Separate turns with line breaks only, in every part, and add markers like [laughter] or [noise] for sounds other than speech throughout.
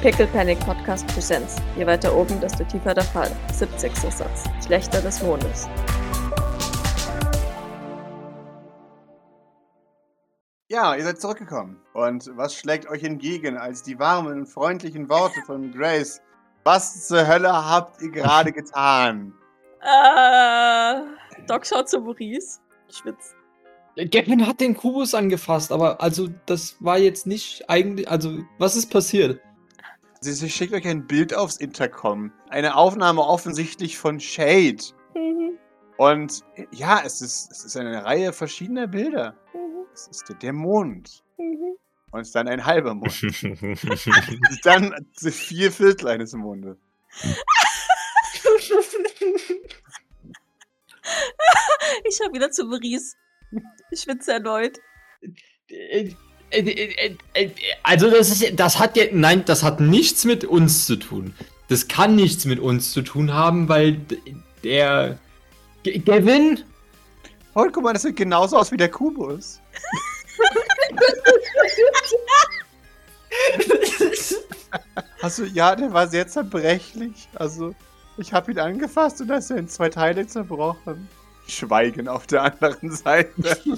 Pickle Panic Podcast Präsenz. Je weiter oben, desto tiefer der Fall. 70. Satz. Schlechter des Mondes.
Ja, ihr seid zurückgekommen. Und was schlägt euch entgegen als die warmen und freundlichen Worte von Grace? Was zur Hölle habt ihr gerade getan?
Äh, Doc schaut zu Maurice. Schwitzt.
Gavin hat den Kubus angefasst, aber also das war jetzt nicht eigentlich. Also, was ist passiert?
Sie, sie schickt euch ein Bild aufs Intercom. Eine Aufnahme offensichtlich von Shade.
Mhm,
Und ja, es ist, es ist eine Reihe verschiedener Bilder.
mhm,
Es ist der Mond.
mhm.
Und dann ein halber Mond.
[laughs] Äh,
Und dann vier Viertel eines Mondes.
Ich schau wieder zu Maurice. Ich schwitze erneut.
Äh, äh, äh, äh, Also das ist, das hat ja, nein, das hat nichts mit uns zu tun. Das kann nichts mit uns zu tun haben, weil d- der G- Gavin.
Oh, guck mal, das sieht genauso aus wie der Kubus. Also ja, der war sehr zerbrechlich. Also ich habe ihn angefasst und da ist er in zwei Teile zerbrochen. Schweigen auf der anderen Seite. [laughs]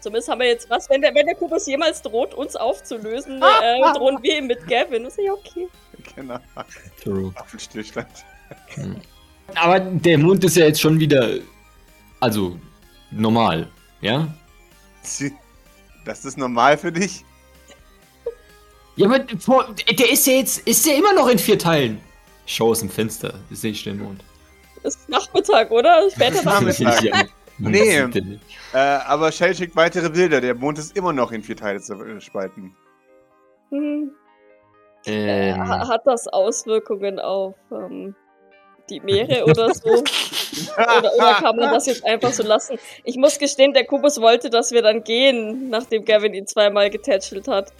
Zumindest haben wir jetzt was. Wenn der, wenn der Kubus jemals droht, uns aufzulösen, äh, drohen wir ihm mit Gavin. Ist ja okay.
genau. Waffenstillstand.
Aber der Mond ist ja jetzt schon wieder, also normal, ja?
Das ist normal für dich?
Ja, aber vor- der ist ja jetzt, ist ja immer noch in vier Teilen. Schau aus dem Fenster, ich sehe ich den [laughs] Mond.
Ist Nachmittag, oder? Später nach.
Nachmittag.
Ja.
Nee.
Das sieht er nicht.
Äh, aber Shell schickt weitere Bilder. Der Mond ist immer noch in vier Teile zu äh, spalten.
[laughs] Hm.
Ähm,
Ha- Hat das Auswirkungen auf ähm, die Meere oder [laughs] so? Oder,
[laughs]
oder kann man das jetzt einfach so lassen? Ich muss gestehen, der Kubus wollte, dass wir dann gehen, nachdem Gavin ihn zweimal getätschelt hat.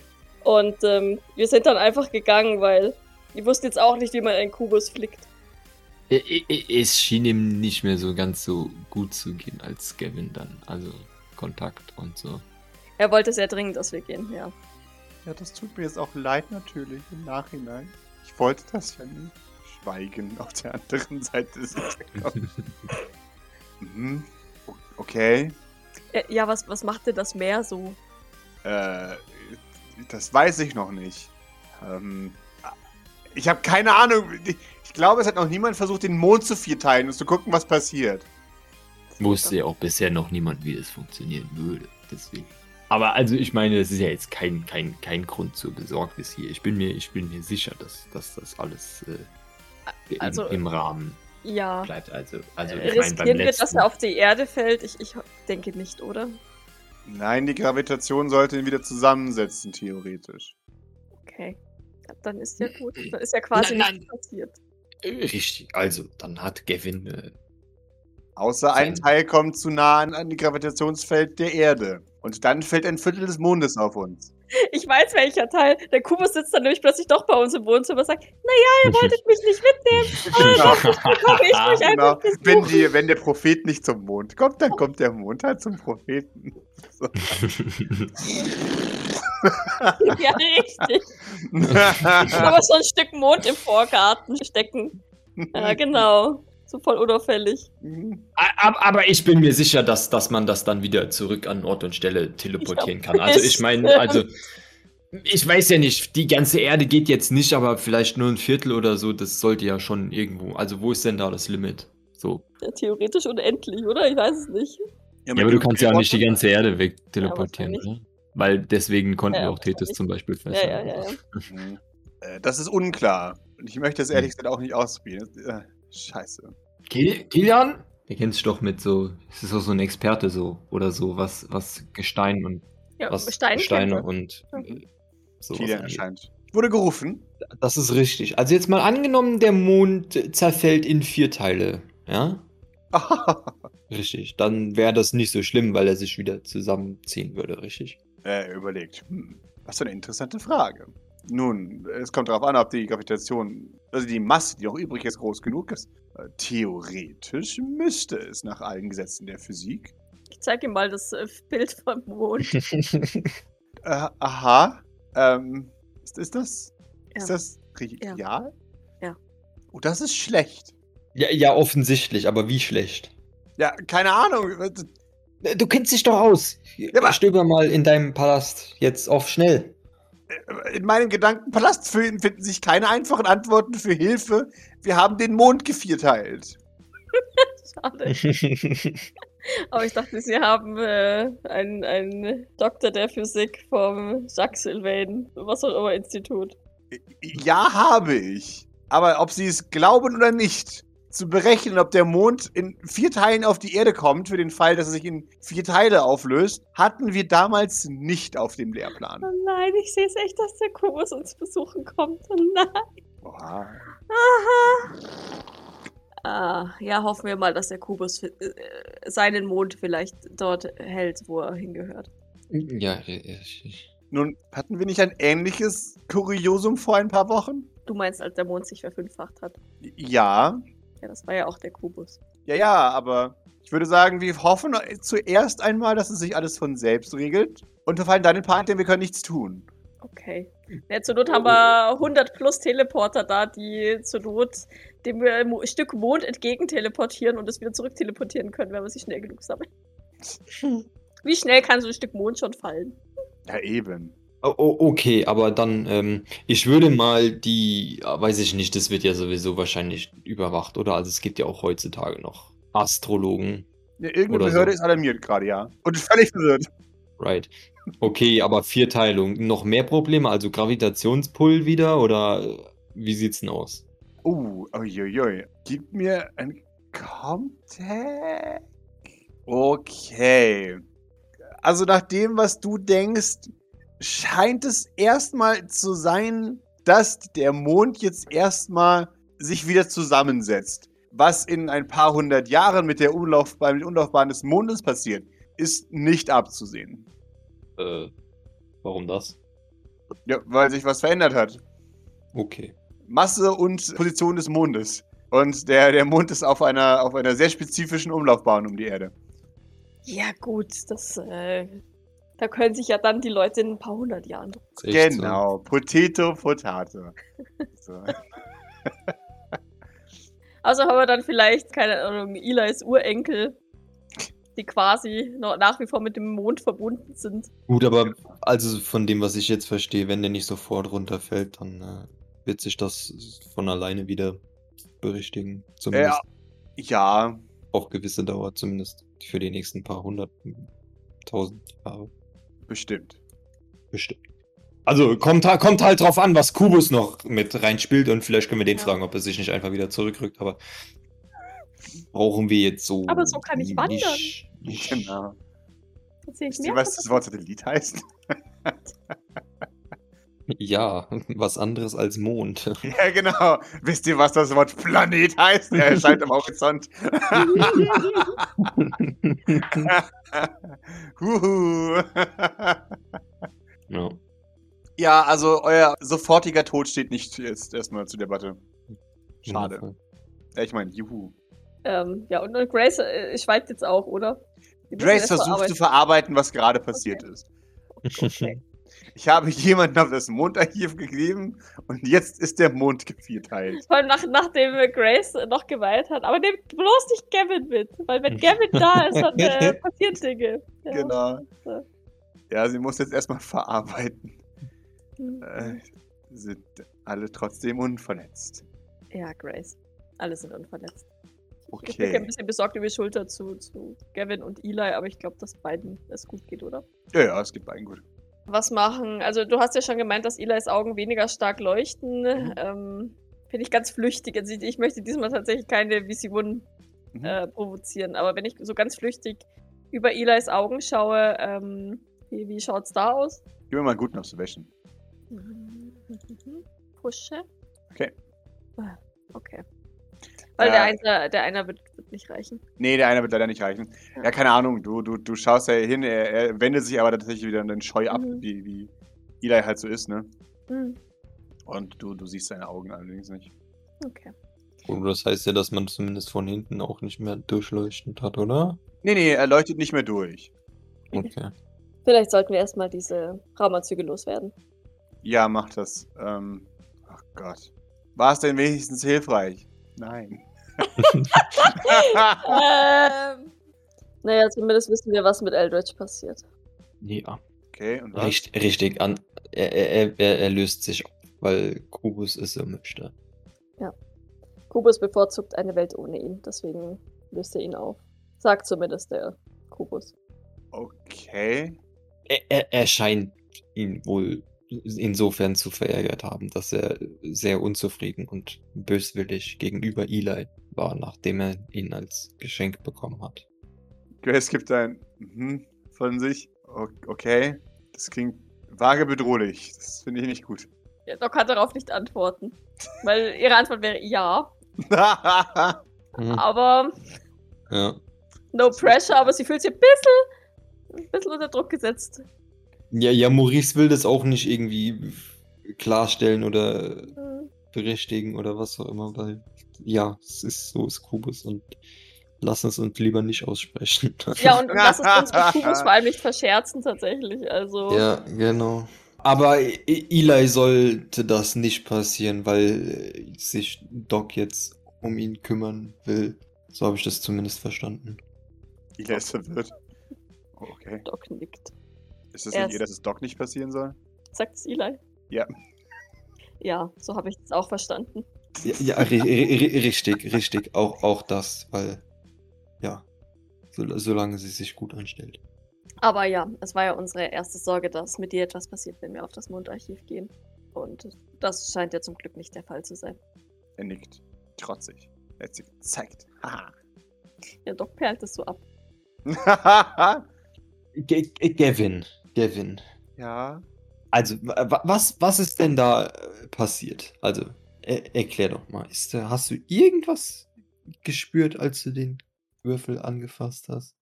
Und ähm, wir sind dann einfach gegangen, weil ich wusste jetzt auch nicht, wie man einen Kubus flickt.
äh, äh, es schien ihm nicht mehr so ganz so gut zu gehen als Gavin dann. Also Kontakt und so.
Er wollte sehr dringend, dass wir gehen, ja.
Ja, das tut mir jetzt auch leid natürlich im Nachhinein. Ich wollte das ja nicht. Schweigen auf der anderen Seite [laughs] des Intercoms. mhm. O- Okay.
Ja, Äh, ja was, was macht denn das Meer so?
Äh, das weiß ich noch nicht. Ähm, ich habe keine Ahnung. Ich glaube, es hat noch niemand versucht, den Mond zu vierteilen und zu gucken, was passiert.
Wusste ja auch bisher noch niemand, wie das funktionieren würde. Deswegen. Aber also ich meine, das ist ja jetzt kein, kein, kein Grund zur Besorgnis hier. Ich bin mir, ich bin mir sicher, dass, dass das alles äh, im,
Also-
im Rahmen
Ja.
bleibt. Also, also ich meine, beim
Riskieren wir, dass
letzten-
er auf die Erde fällt? Ich, ich denke nicht, oder?
Nein, die Gravitation sollte ihn wieder zusammensetzen, theoretisch.
Okay. Dann ist ja gut. Dann ist ja quasi
Nein, nein.
nichts passiert.
Richtig, also dann hat Gavin äh,
Außer ein
Sein-
Teil kommt zu nah an, an die Gravitationsfeld der Erde. Und dann fällt ein Viertel des Mondes auf uns.
Ich weiß, welcher Teil. Der Kubus sitzt dann nämlich plötzlich doch bei uns im Wohnzimmer und sagt, naja, ihr wolltet mich nicht mitnehmen.
[laughs]
Komm, ich mich
Genau.
einfach
Wenn,
besuchen.
die, wenn der Prophet nicht zum Mond kommt, dann kommt der Mond halt zum
[laughs]
Propheten. [laughs] So.
Ja, richtig. Aber so ein Stück Mond im Vorgarten stecken. Ja, genau. So voll unauffällig.
Aber, aber ich bin mir sicher, dass, dass man das dann wieder zurück an Ort und Stelle teleportieren kann. Also ich [laughs] meine, also ich weiß ja nicht, die ganze Erde geht jetzt nicht, aber vielleicht nur ein Viertel oder so, das sollte ja schon irgendwo. Also wo ist denn da das Limit? So.
Ja, theoretisch unendlich, oder? Ich weiß es nicht.
Ja, aber du kannst ja auch nicht die ganze Erde weg
teleportieren,
teleportieren,
Ja,
oder? Weil deswegen konnten
Ja, wir
wir
auch
auch
wahrscheinlich.
Tethys
Tethys
zum Beispiel
Ja, ja,
festhalten.
ja. ja.
Mhm. Äh, Das ist unklar. Und ich möchte das ehrlich gesagt auch nicht ausspielen. Äh, Scheiße.
Kilian? Der kennt sich doch mit so, es ist doch so ein Experte so oder so, was, was Gestein und
ja
was
Stein
Steine und äh, sowas
Kilian
angeht.
erscheint. Wurde gerufen. [laughs]
Das ist richtig. Also jetzt mal angenommen, der Mond zerfällt in vier Teile, ja? Richtig. Dann wäre das nicht so schlimm, weil er sich wieder zusammenziehen würde, [laughs] richtig?
äh, überlegt. Hm, was für eine interessante Frage. Nun, es kommt darauf an, ob die Gravitation, also die Masse, die noch übrig ist, groß genug ist. Äh, Theoretisch müsste es nach allen Gesetzen der Physik.
Ich zeig ihm mal das äh, Bild vom
[laughs]
Mond.
Äh, aha. Ähm, was ist das? Ist das real?
Ja. Ja.
Oh, das ist schlecht.
Ja, ja, offensichtlich, aber wie schlecht?
Ja, keine Ahnung.
Äh, Du kennst dich doch aus.
aber-
Stöber mal in deinem Palast. Jetzt auf schnell. [laughs]
äh, In meinem Gedankenpalast fü- finden sich keine einfachen Antworten für Hilfe. Wir haben den Mond gevierteilt.
Schade. Aber ich dachte, sie haben äh, einen, einen Doktor der Physik vom Jacques Sylvain, was auch immer Institut.
Ja, habe ich. Aber ob Sie es glauben oder nicht, zu berechnen, ob der Mond in vier Teilen auf die Erde kommt, für den Fall, dass er sich in vier Teile auflöst, hatten wir damals nicht auf dem Lehrplan.
Oh nein, ich sehe es echt, dass der Kubus uns besuchen kommt. Oh nein.
Oha.
Ah, ja, hoffen wir mal, dass der Kubus fi- äh, seinen Mond vielleicht dort hält, wo er hingehört.
Ja, ich, ich.
Nun, hatten wir nicht ein ähnliches Kuriosum vor ein paar Wochen?
Du meinst, als der Mond sich verfünffacht hat.
Ja.
Ja, das war ja auch der Kubus.
Ja, ja, aber ich würde sagen, wir hoffen zuerst einmal, dass es sich alles von selbst regelt und verfallen dann in Panik, denn wir können nichts tun.
Okay. Ja, zur Not haben wir 100 plus Teleporter da, die zur Not dem äh, Mo- Stück Mond entgegen teleportieren und es wieder zurück teleportieren können, wenn wir sie schnell genug sammeln. Wie schnell kann so ein Stück Mond schon fallen?
Ja, eben.
Oh, oh, okay, aber dann, ähm, ich würde mal die, ah, weiß ich nicht, das wird ja sowieso wahrscheinlich überwacht, oder? Also es gibt ja auch heutzutage noch Astrologen,
Ja, irgendeine
Oder so.
Behörde ist alarmiert gerade, ja. Und völlig verwirrt.
right? Okay, aber Vierteilung, noch mehr Probleme, also Gravitationspull wieder, oder äh, wie sieht's denn aus?
Oh, uiuiui. Gib mir ein Contact. Okay. Also nach dem, was du denkst, scheint es erstmal zu sein, dass der Mond jetzt erstmal sich wieder zusammensetzt. Was in ein paar hundert Jahren mit der Umlaufbahn, mit der Umlaufbahn des Mondes passiert, ist nicht abzusehen.
Äh, warum das?
Ja, weil sich was verändert hat.
Okay.
Masse und Position des Mondes. Und der, der Mond ist auf einer, auf einer sehr spezifischen Umlaufbahn um die Erde.
Ja, gut, das. Äh, da können sich ja dann die Leute in ein paar hundert Jahren. drum-
Ist echt so.
genau. Potato,
[laughs]
Potato. so.
Also haben wir dann vielleicht, keine Ahnung, Eli's Urenkel, die quasi noch nach wie vor mit dem Mond verbunden sind.
Gut, aber also von dem, was ich jetzt verstehe, wenn der nicht sofort runterfällt, dann äh, wird sich das von alleine wieder berichtigen. Zumindest
Ja. Äh, Ja,
auf gewisse Dauer, zumindest für die nächsten paar hundert, tausend Jahre
bestimmt.
bestimmt. Also kommt, ha- kommt halt drauf an, was Kubus noch mit reinspielt und vielleicht können wir den
Ja.
fragen, ob er sich nicht einfach wieder zurückrückt, aber brauchen wir jetzt so.
Aber so kann ich
nicht-
wandern.
nicht-
Genau.
Tatsächlich
Wisst ihr,
mehr.
was das Wort Satellit heißt?
Ja, [laughs] was anderes als Mond.
[laughs] ja, genau. Wisst ihr, was das Wort Planet heißt? Er erscheint am Horizont. Huhu.
ja.
ja, also euer sofortiger Tod steht nicht jetzt erstmal zur Debatte. Schade. Ja, Ich meine, juhu.
Ähm, ja, und äh, Grace äh, schweigt jetzt auch, oder? Die müssen
Grace
erst
versucht
verarbeiten.
zu verarbeiten, was gerade passiert ist.
Okay.
Ich habe jemanden auf das Mondarchiv gegeben und jetzt ist der Mond halt. gevierteilt.
Vor allem nach, nachdem äh, Grace noch geweiht hat. Aber nehmt bloß nicht Gavin mit, weil wenn Gavin da ist, dann
[laughs]
äh, passieren Dinge. Ja.
Genau.
so.
Ja, sie muss jetzt erstmal verarbeiten. Äh,
Mhm.
sind alle trotzdem unverletzt.
[laughs] Ja, Grace. Alle sind unverletzt. Ich bin ein
Okay.
bisschen besorgt über die Schulter zu, zu Gavin und Eli, aber ich glaube, dass beiden es gut geht, oder?
Ja, ja, es gibt einen gut.
Was machen? Also, du hast ja schon gemeint, dass Eli's Augen weniger stark leuchten.
Mhm.
Ähm, Finde ich ganz flüchtig. Also, ich- ich möchte diesmal tatsächlich keine Vision
Mhm.
äh, provozieren. Aber wenn ich so ganz flüchtig über Eli's Augen schaue, ähm, wie, wie schaut's da aus?
Gib mir mal einen guten Observation.
Pusche.
Okay. Äh.
Ah, Okay. Weil
Ja.
der Einer, der Einer wird, wird nicht reichen.
Nee, der eine wird leider nicht reichen.
Ja.
Ja, keine Ahnung, du, du, du schaust ja hin, er, er wendet sich aber tatsächlich wieder in Scheu ab,
Mhm.
wie, wie Eli halt so ist, ne?
Hm,
Und du, du siehst seine Augen allerdings nicht.
Okay.
Und das heißt ja, dass man zumindest von hinten auch nicht mehr durchleuchtend hat, oder?
Nee, nee, er leuchtet nicht mehr durch.
Okay.
Vielleicht sollten wir erstmal diese Raumanzüge loswerden.
Ja, mach das. Ähm, Gott. War es denn wenigstens hilfreich?
[laughs]
Nein. [laughs]
ähm, naja, zumindest wissen wir, was mit Eldritch passiert.
Ja.
Okay, und was?
Richtig, richtig an. Er, er, er, er löst sich, weil Kubus es so möchte.
Kubus bevorzugt eine Welt ohne ihn, deswegen löst er ihn auf. Sagt zumindest der Kubus.
Okay.
Er, er, er scheint ihn wohl insofern zu verärgert haben, dass er sehr unzufrieden und böswillig gegenüber Eli war, nachdem er ihn als Geschenk bekommen hat.
Grace gibt ein mhm von sich. O- Okay. Das klingt vage bedrohlich. Das finde ich nicht gut. [laughs]
Ja, Doc kann darauf nicht antworten, weil ihre Antwort wäre ja, Mhm.
Hm.
aber
Ah. Ja.
no pressure, aber sie fühlt sich ein bisschen, ein bisschen unter Druck gesetzt.
ja, ja, Maurice will das auch nicht irgendwie klarstellen oder
Hm.
berichtigen oder was auch immer, weil ja, es ist so ist Kubus und lassen es uns lieber nicht aussprechen. [laughs]
Ja, und, und das ist uns mit Kubus vor allem nicht verscherzen tatsächlich, also...
Ja, genau. Aber E- Eli sollte das nicht passieren, weil äh, sich Doc jetzt um ihn kümmern will. So habe ich das zumindest verstanden.
Eli ist verwirrt. Oh, Okay.
Doc nickt.
Ist es
Er
nicht ihr,
ist-
dass es Doc nicht passieren soll?
Sagt es Eli?
Ja.
Ja, so habe ich es auch verstanden.
Ja, ja ri ri ri- richtig, richtig. Auch, auch das, weil, ja, so, solange sie sich gut anstellt.
Aber ja, es war ja unsere erste Sorge, dass mit dir etwas passiert, wenn wir auf das Mondarchiv gehen. Und das scheint ja zum Glück nicht der Fall zu sein.
Er nickt. Trotzig. Er hat sie
[laughs]
gezeigt. Haha.
Ja, Doc perlt es so ab.
Ge Ge- Gavin, Gavin.
ja.
Also, wa- wa- was, was ist denn da äh, passiert? Also, er erklär doch mal. Ist, äh, hast du irgendwas gespürt, als du den Würfel angefasst hast?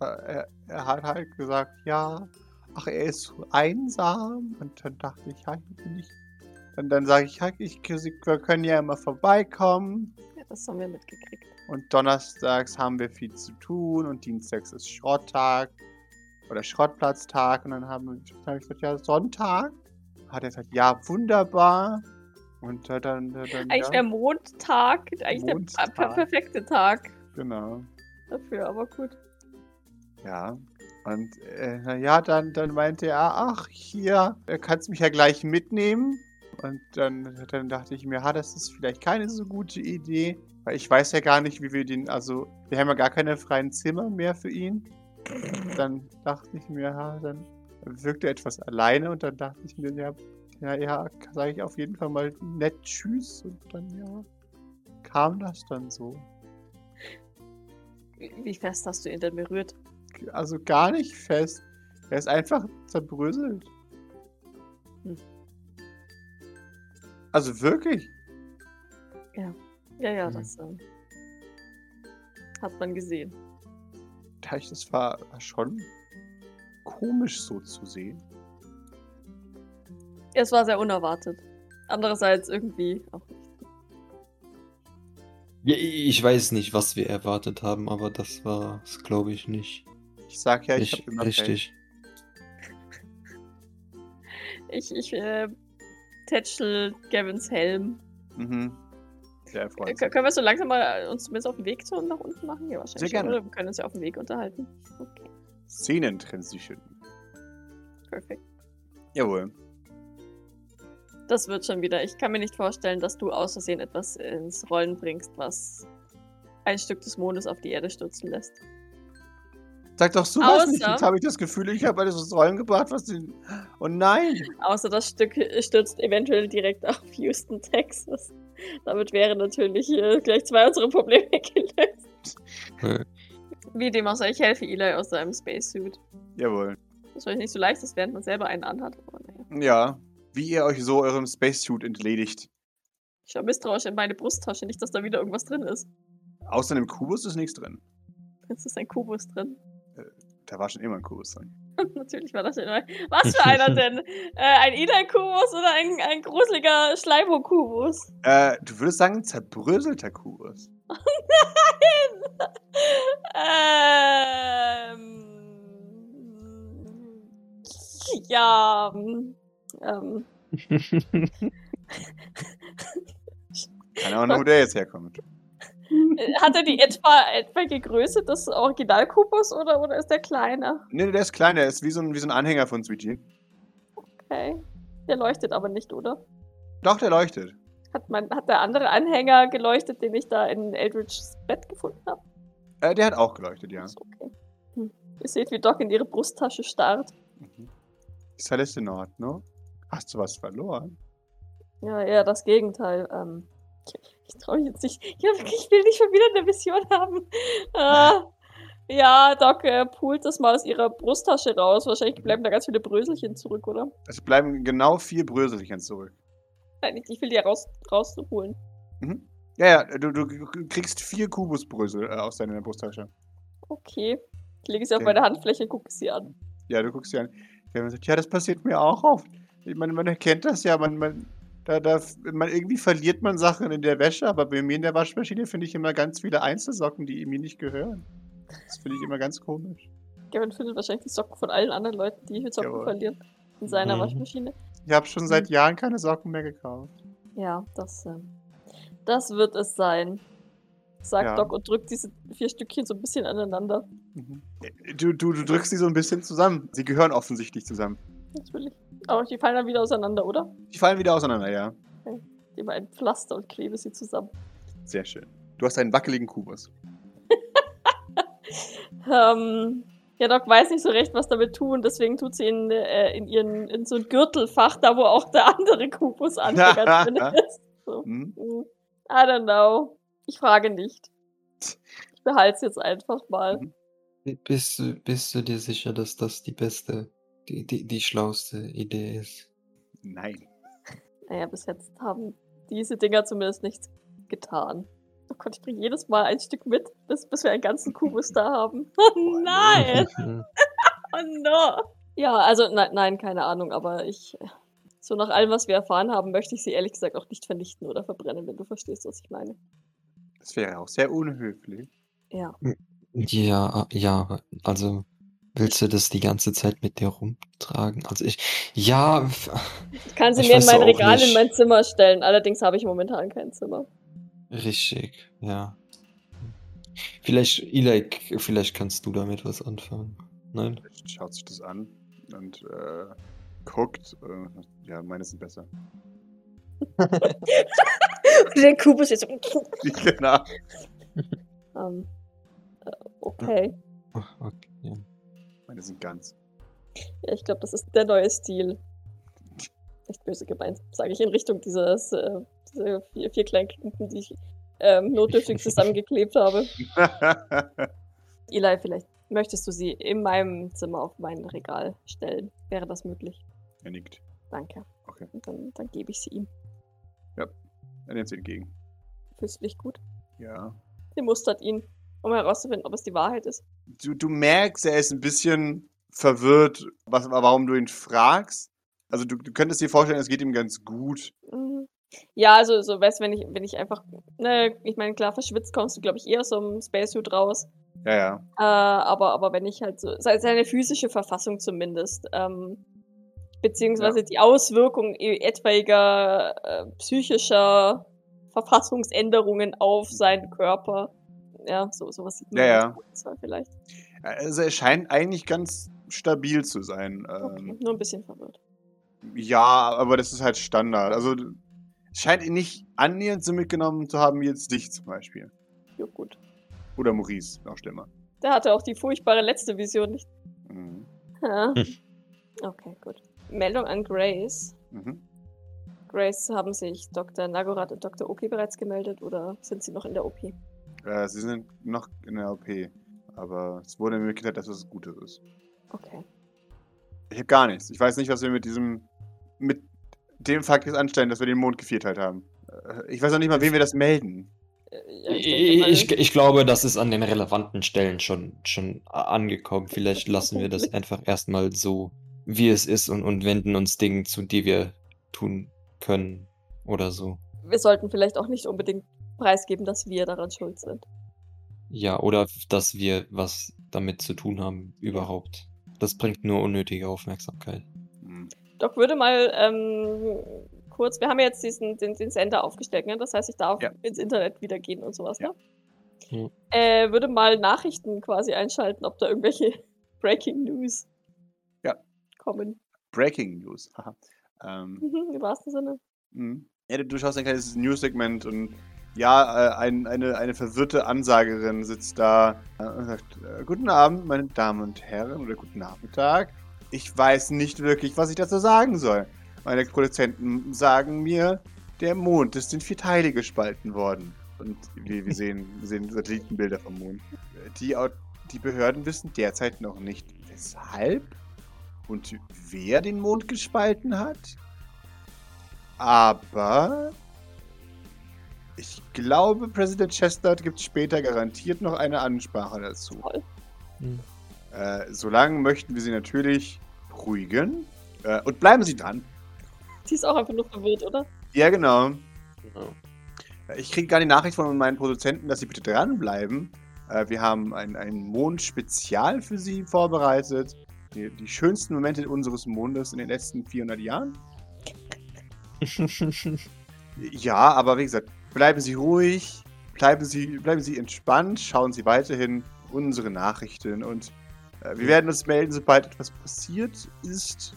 Äh, Er, er hat halt gesagt, ja. Ach, er ist so einsam. Und dann dachte ich, ja, hier bin ich. Dann, dann sage ich, ja, ich, wir können ja immer vorbeikommen.
Ja, das haben wir mitgekriegt.
Und donnerstags haben wir viel zu tun und dienstags ist Schrotttag oder Schrottplatztag. Und dann haben dann hab ich gesagt, ja, Sonntag. Hat er gesagt, ja, wunderbar. Und äh, dann, äh, dann
Eigentlich
ja,
wäre Montag eigentlich
Mondtag.
der per perfekte Tag
genau.
dafür, aber gut.
Ja. Und äh, naja, dann, dann meinte er, ach, hier, äh, kannst mich ja gleich mitnehmen. Und dann, dann dachte ich mir, ha, das ist vielleicht keine so gute Idee. Weil ich weiß ja gar nicht, wie wir den, also wir haben ja gar keine freien Zimmer mehr für ihn. Dann dachte ich mir, ha, dann wirkte er etwas alleine und dann dachte ich mir, ja, ja, ja sage ich auf jeden Fall mal nett Tschüss und dann, ja, kam das dann so.
Wie wie fest hast du ihn denn berührt?
also gar nicht fest. Er ist einfach zerbröselt.
Hm.
Also wirklich?
Ja, ja,
Hm.
Mhm.
das ähm, hat man gesehen.
Ja, ich- Das war war schon komisch so zu sehen.
Es war sehr unerwartet. Andererseits irgendwie auch nicht.
Ja, i- ich weiß nicht, was wir erwartet haben, aber das war es, glaube ich, nicht,
Ich sag ja, ich
nicht
habe immer
richtig.
Ich, ich äh, tätschel Gavins Helm.
Pech. Mhm. Sehr
Äh,
erfreut.
kö- können wir so langsam mal äh, uns zumindest auf den Weg zu nach unten machen? Ja, wahrscheinlich.
Sehr gerne.
schon, Oder wir können uns ja auf dem Weg unterhalten. Okay,
Szenentransition.
perfekt.
Jawohl.
Das wird schon wieder. Ich kann mir nicht vorstellen, dass du aus Versehen etwas ins Rollen bringst, was ein Stück des Mondes auf die Erde stürzen lässt.
Sag doch sowas
Außer-
nicht. Jetzt habe ich das Gefühl, ich habe alles ins Rollen gebracht, was den. Oh nein!
Außer das Stück äh, stürzt eventuell direkt auf Houston, Texas. Damit wären natürlich äh, gleich zwei unserer Probleme [laughs] gelöst.
Ja.
Wie dem auch sei, ich helfe Eli aus seinem Spacesuit.
Jawohl.
Das war nicht so leicht, ist, während man selber einen anhat. Aber naja.
Ja. Wie ihr euch so eurem Spacesuit entledigt.
Ich schaue misstrauisch in meine Brusttasche, nicht, dass da wieder irgendwas drin ist.
Außer dem Kubus ist nichts drin.
Jetzt ist ein Kubus drin. [laughs]
Da war schon immer ein Kubus drin.
Natürlich war das ja neu. Was für einer denn? Äh, ein Ida-Kubus oder ein, ein gruseliger Schleibo-Kubus? [laughs]
Äh, du würdest sagen, ein zerbröselter Kubus.
Ähm. Ja. Ähm.
Keine Ahnung, wo der jetzt herkommt.
äh, Hat er die etwa, etwaige Größe des Originalkubus oder, oder ist der kleiner?
Nee, der ist klein, der ist wie so ein, wie so ein Anhänger von Sweetie.
Okay. Der leuchtet aber nicht, oder?
Doch, der leuchtet.
Hat, mein, hat der andere Anhänger geleuchtet, den ich da in Eldridge's Bett gefunden habe?
Äh, der hat auch geleuchtet, ja.
Ist okay. Hm. Ihr seht, wie Doc in ihre Brusttasche starrt.
Mhm. Ist alles in Ordnung? Hast du was verloren?
Ja, eher das Gegenteil. Ähm, ich ich traue mich jetzt nicht. Ich, hab, ich will nicht schon wieder eine Vision haben. [laughs] Äh, ja, Doc äh, pult das mal aus ihrer Brusttasche raus. Wahrscheinlich bleiben da ganz viele Bröselchen zurück, oder?
Es bleiben genau vier Bröselchen zurück.
Nein, ich, ich will die raus, rausholen.
Mhm. Ja, ja, du, du kriegst vier Kubusbrösel äh, aus deiner Brusttasche.
Okay. Ich lege sie auf meine Handfläche und gucke sie an.
Ja, du guckst sie an. Ja, sagt, ja, das passiert mir auch oft. Ich meine, man erkennt das ja, man, man, da, da, man irgendwie verliert man Sachen in der Wäsche, aber bei mir in der Waschmaschine finde ich immer ganz viele Einzelsocken, die mir nicht gehören. Das finde ich immer ganz komisch.
Gavin findet wahrscheinlich die Socken von allen anderen Leuten, die Socken
Jawohl.
verlieren in seiner
Mhm.
Waschmaschine.
Ich habe schon seit Jahren keine Socken mehr gekauft.
Ja, das, ähm, das wird es sein. Sagt
Ja.
Doc und drückt diese vier Stückchen so ein bisschen aneinander.
Mhm. Du, du, du drückst sie so ein bisschen zusammen. Sie gehören offensichtlich zusammen.
Natürlich. Aber die fallen dann wieder auseinander, oder?
Die fallen wieder auseinander, ja.
Ich nehme ein Pflaster und klebe sie zusammen.
Sehr schön. Du hast einen wackeligen Kubus.
Ähm, ja, Doc weiß nicht so recht, was damit tun, deswegen tut sie in, äh, in ihren in so ein Gürtelfach, da wo auch der andere Kubus angegangen drin ist. So.
Hm?
Mm, I don't know. Ich frage nicht. Ich behalte es jetzt einfach mal.
Mhm.
Bist du, bist du dir sicher, dass das die beste, die, die, die schlauste Idee ist?
Nein.
Naja, bis jetzt haben diese Dinger zumindest nichts getan. Oh Gott, ich bringe jedes Mal ein Stück mit, bis, bis wir einen ganzen Kubus da haben. [laughs] Oh nein!
Mhm.
Oh no! Ja, also nein, nein, keine Ahnung, aber ich. So nach allem, was wir erfahren haben, möchte ich sie ehrlich gesagt auch nicht vernichten oder verbrennen, wenn du verstehst, was ich meine.
Das wäre auch sehr unhöflich.
Ja.
[laughs] Ja, ja, also willst du das die ganze Zeit mit dir rumtragen? Also ich, ja, [laughs] f-
Ich kann sie
Ich
mir in
weiß
mein
auch
Regal in
nicht.
mein Zimmer stellen. Allerdings habe ich momentan kein Zimmer.
richtig, ja. Vielleicht, Eli, vielleicht kannst du damit was anfangen. Nein?
Schaut sich das an und äh, guckt. Äh, ja, meine sind besser.
[laughs]
[laughs]
Der Kubus ist so.
genau.
Ähm, äh, okay.
Oh, okay, ja.
Meine sind ganz. [laughs]
Ja, ich glaube, das ist der neue Stil. Nicht böse gemeint, sage ich in Richtung dieses äh, diese vier, vier kleinen Klumpen, die ich ähm, [laughs] notdürftig zusammengeklebt habe. Eli, vielleicht möchtest du sie in meinem Zimmer auf mein Regal stellen. Wäre das möglich?
er nickt.
Danke.
Okay.
Und dann, dann gebe ich sie ihm.
Er nimmt sie entgegen.
Fühlst du dich gut?
Ja.
Sie mustert ihn, um herauszufinden, ob es die Wahrheit ist.
Du, du merkst, er ist ein bisschen verwirrt, was, warum du ihn fragst. Also du, du könntest dir vorstellen, es geht ihm ganz gut.
Mhm. Ja, also so weißt wenn ich, wenn ich einfach, ne, ich meine, klar, verschwitzt kommst du, glaube ich, eher aus so einem Spacesuit raus.
Ja, ja.
Äh, aber, aber wenn ich halt so, se- seine physische Verfassung zumindest, ähm, beziehungsweise die Auswirkung e- etwaiger äh, psychischer Verfassungsänderungen auf seinen Körper. Ja, so, sowas sieht man
Ja,
ganz
ja.
gut zwar vielleicht.
Also er scheint eigentlich ganz stabil zu sein.
Okay,
Ähm,
nur ein bisschen verwirrt.
Ja, aber das ist halt Standard. Also es scheint ihn nicht annähernd so mitgenommen zu haben wie jetzt dich zum Beispiel.
Jo, gut.
Oder Maurice, noch schlimmer.
Der hatte auch die furchtbare letzte Vision nicht. [laughs]
Mhm.
Ja.
Hm.
Okay, gut. Meldung an Grace.
Mhm.
Grace, haben sich Dr. Nagorath und Dr. Oki bereits gemeldet oder sind sie noch in der OP?
Äh, sie sind noch in der OP. Aber es wurde mir mitgeteilt, dass es das Gutes ist.
Okay.
Ich habe gar nichts. Ich weiß nicht, was wir mit diesem. mit dem Fakt jetzt anstellen, dass wir den Mond gevierteilt haben. Äh, Ich weiß auch nicht mal, wem wir das melden.
Äh, ja,
Ich,
denke mal-
ich, ich glaube, das ist an den relevanten Stellen schon, schon a- angekommen. Vielleicht lassen
[laughs]
wir das einfach erstmal so, wie es ist und, und wenden uns Dingen zu, die wir tun können oder so.
wir sollten vielleicht auch nicht unbedingt preisgeben, dass wir daran schuld sind.
Ja, oder dass wir was damit zu tun haben überhaupt. Das bringt nur unnötige Aufmerksamkeit.
Hm.
Doc würde mal ähm, kurz. Wir haben ja jetzt diesen, den, den Sender aufgestellt, ne? Das heißt, ich darf
Ja.
ins Internet wieder gehen und sowas, ne?
Ja.
Äh, würde mal Nachrichten quasi einschalten, ob da irgendwelche [laughs] Breaking News
Ja.
kommen.
Breaking News. [laughs] Haha. ähm,
Mhm, Im wahrsten Sinne.
mhm. ja, du, du schaust ein kleines News-Segment und ja, äh, ein, eine, eine verwirrte Ansagerin sitzt da äh, und sagt, äh, guten Abend, meine Damen und Herren, oder guten Nachmittag. Ich weiß nicht wirklich, was ich dazu sagen soll. Meine Produzenten sagen mir, der Mond ist in vier Teile gespalten worden. Und wir, wir sehen, wir sehen Satellitenbilder vom Mond. Die, Au- die Behörden wissen derzeit noch nicht, weshalb und wer den Mond gespalten hat. Aber ich glaube, Präsident Chestnut gibt später garantiert noch eine Ansprache dazu.
Toll.
Hm.
Äh, solange möchten wir Sie natürlich beruhigen. Äh, und bleiben Sie dran.
Die ist auch einfach nur verwirrt, oder?
Ja, genau. Äh,
Genau.
Ich kriege gar die Nachricht von meinen Produzenten, dass sie bitte dranbleiben. Äh, wir haben ein, ein Mond-Spezial für sie vorbereitet. Die, die schönsten Momente unseres Mondes in den letzten 400 Jahren. Ja, aber wie gesagt, bleiben Sie ruhig, bleiben Sie, bleiben Sie entspannt, schauen Sie weiterhin unsere Nachrichten und äh, wir werden uns melden, sobald etwas passiert ist.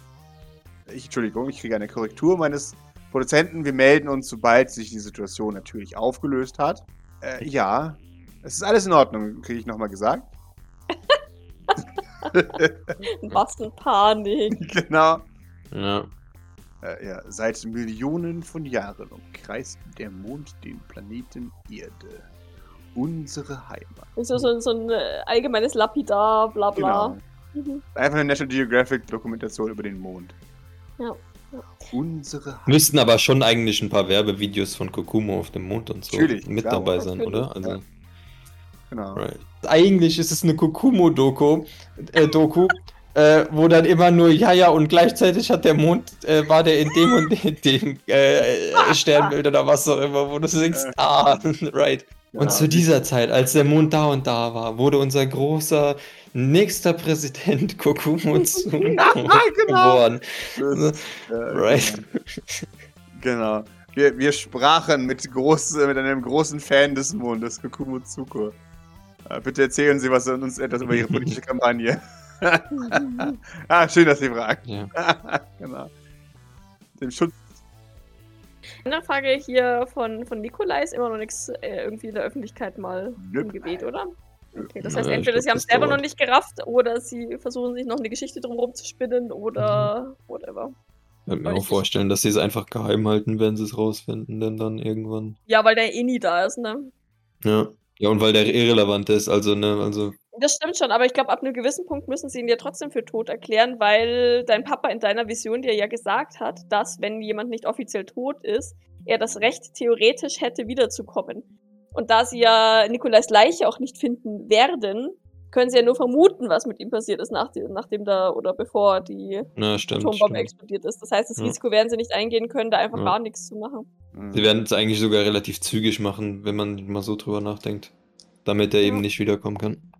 Ich, Entschuldigung, ich kriege eine Korrektur meines Produzenten. Wir melden uns, sobald sich die Situation natürlich aufgelöst hat. Äh, ja, es ist alles in Ordnung, kriege ich nochmal gesagt. [laughs]
Was eine Panik.
[laughs] genau.
ja.
Äh, ja, seit Millionen von Jahren umkreist der Mond den Planeten Erde. Unsere Heimat.
Ist so, so, so ein äh, allgemeines Lapidar, bla bla. Mhm.
Genau. Einfach eine National Geographic-Dokumentation über den Mond.
Ja, ja.
Unsere Heimat.
Müssten aber schon eigentlich ein paar Werbevideos von Kokumo auf dem Mond und so
Natürlich,
mit
klar.
dabei sein,
Natürlich.
oder? Also,
Ja. Genau.
right. Eigentlich ist es eine Kokumo-Doku, äh, Doku, äh, wo dann immer nur ja, ja und gleichzeitig hat der Mond, äh, war der in dem und in dem äh, äh, Sternbild oder was auch immer, wo du denkst, ah, [laughs] right. Und zu dieser Zeit, als der Mond da und da war, wurde unser großer nächster Präsident Kokumo zu
genau.
geboren.
Das, äh,
Right.
Genau. Wir, wir sprachen mit, groß, äh, mit einem großen Fan des Mondes, Kokumo Tsuko. Äh, bitte erzählen Sie was uns etwas über Ihre
[laughs]
politische Kampagne.
Mhm.
[laughs] ah, schön, dass Sie fragen.
Ja.
[laughs] genau. Dem Schutz.
Eine Frage hier von, von Nikolai ist immer noch nichts äh, irgendwie in der Öffentlichkeit mal
ne?
im Gebet, oder? Okay, das
Ja,
heißt,
ich
entweder
glaub,
sie haben
das
es selber
dauert.
noch nicht gerafft oder sie versuchen sich noch eine Geschichte drumherum zu spinnen
Mhm.
oder whatever.
Ich kann mir auch vorstellen, dass sie es einfach geheim halten, wenn sie es rausfinden, denn dann irgendwann.
Ja, weil der eh nie da ist, ne?
Ja. Ja, und weil der irrelevant ist, also, ne, also.
Das stimmt schon, aber ich glaube, ab einem gewissen Punkt müssen sie ihn dir trotzdem für tot erklären, weil dein Papa in deiner Vision dir ja gesagt hat, dass, wenn jemand nicht offiziell tot ist, er das Recht theoretisch hätte, wiederzukommen. Und da sie ja Nikolais Leiche auch nicht finden werden, können sie ja nur vermuten, was mit ihm passiert ist, nach, nachdem da oder bevor die
Na, stimmt.
Atombombe
stimmt.
explodiert ist. Das heißt, das
Ja.
Risiko werden sie nicht eingehen können, da einfach
Ja.
gar nichts zu machen. [laughs]
Mhm.
Sie werden es eigentlich sogar relativ zügig machen, wenn man mal so drüber nachdenkt. Damit er
Ja.
eben nicht wiederkommen kann.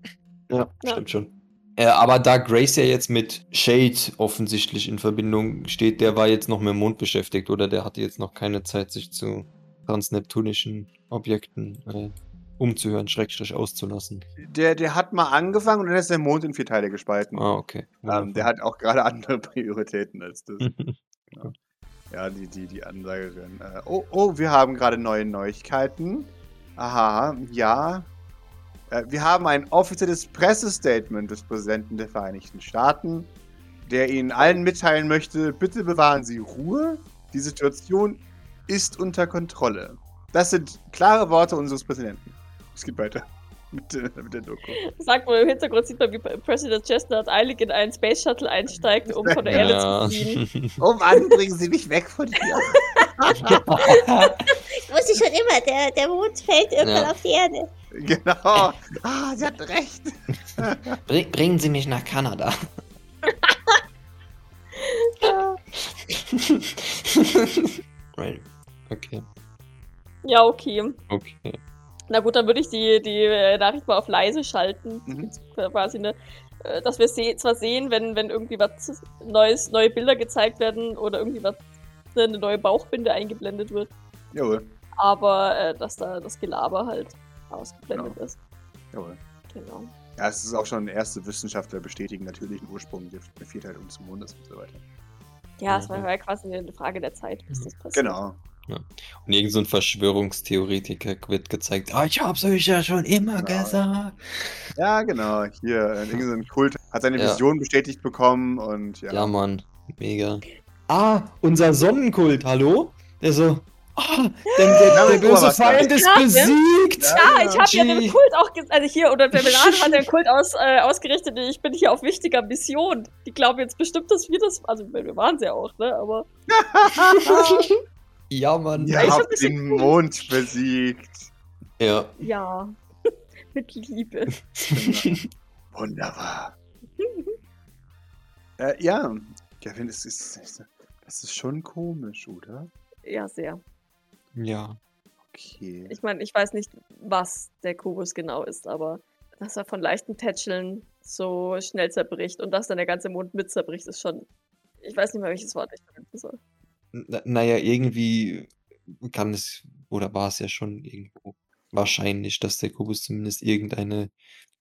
Ja,
Ja.
stimmt schon. Äh, aber da Grace ja jetzt mit Shade offensichtlich in Verbindung steht, der war jetzt noch mit dem Mond beschäftigt oder der hatte jetzt noch keine Zeit, sich zu transneptunischen Objekten äh, umzuhören, schrägstrich auszulassen.
Der, der hat mal angefangen und dann ist der Mond in vier Teile gespalten.
Ah, okay.
ähm, der hat auch gerade [laughs] andere Prioritäten als
[laughs]
das.
Wundervoll.
Ja, die, die, die Ansagerin. Äh, oh, oh, wir haben gerade neue Neuigkeiten. Aha, ja. Äh, wir haben ein offizielles Pressestatement des Präsidenten der Vereinigten Staaten, der Ihnen allen mitteilen möchte, bitte bewahren Sie Ruhe. Die Situation ist unter Kontrolle. Das sind klare Worte unseres Präsidenten. Es geht weiter [laughs] mit, äh, mit der Doku.
Sagt man im Hintergrund, sieht man, wie President Chestnut eilig in einen Space Shuttle einsteigt, um von der Erde
Ja.
zu fliehen.
[laughs]
Oh Mann, bringen Sie mich weg von hier. [laughs]
Ich wusste schon immer, der, der Mond fällt irgendwann
Ja.
auf die Erde.
genau. Ah, sie hat recht.
Bring, bringen Sie mich
[laughs]
nach Kanada. right. Okay.
Ja, okay.
Okay.
Na gut, dann würde ich die, die äh, Nachricht mal auf leise schalten.
Mhm.
Quasi ne, äh, dass wir se zwar sehen, wenn, wenn irgendwie was Neues, neue Bilder gezeigt werden oder irgendwie was Liste eine neue Bauchbinde eingeblendet wird.
Jawohl,
Aber äh, dass da das Gelaber halt ausgeblendet ist.
jawohl.
Genau.
Ja, es ist auch schon erste Wissenschaftler bestätigen natürlichen Ursprung der der halt Vielheit unseres Mondes und so weiter.
Ja, es war
Mhm.
ja quasi eine Frage der Zeit, bis das passiert.
Genau.
Und irgend so ein Verschwörungstheoretiker wird gezeigt, ah, ich hab's euch ja schon immer
Genau.
gesagt.
Ja, genau. Hier, äh, irgendein Kult hat seine
Ja.
Vision bestätigt bekommen und ja.
Ja, Mann, mega. Ah, unser Sonnenkult, hallo? Der so, ah, denn der,
Ja,
der
mein
böse
Oberwasser.
Feind ist
Ja, ne?
besiegt.
Ja, ich habe ja
Gee.
den Kult auch, ges- also hier unter
[laughs]
Pebelade hat der Kult aus, äh, ausgerichtet, ich bin hier auf wichtiger Mission. Die glauben jetzt bestimmt, dass wir das, also wir waren sie ja auch, ne,
[laughs]
aber [laughs]
Ja, Mann.
Ihr
Ich hab
habt
das
den Mond
[laughs]
besiegt.
Ja.
ja, [laughs] mit Liebe.
Genau.
[laughs]
Wunderbar. Äh, ja, Gavin, es ist, es ist schon komisch, oder?
Ja, sehr.
Ja.
Okay.
Ich meine, ich weiß nicht, was der Kubus genau ist, aber dass er von leichten Tätscheln so schnell zerbricht und dass dann der ganze Mond mit zerbricht, ist schon, ich weiß nicht mehr, welches Wort ich verwenden soll.
N naja, irgendwie kann es, oder war es ja schon irgendwo wahrscheinlich, dass der Kubus zumindest irgendeine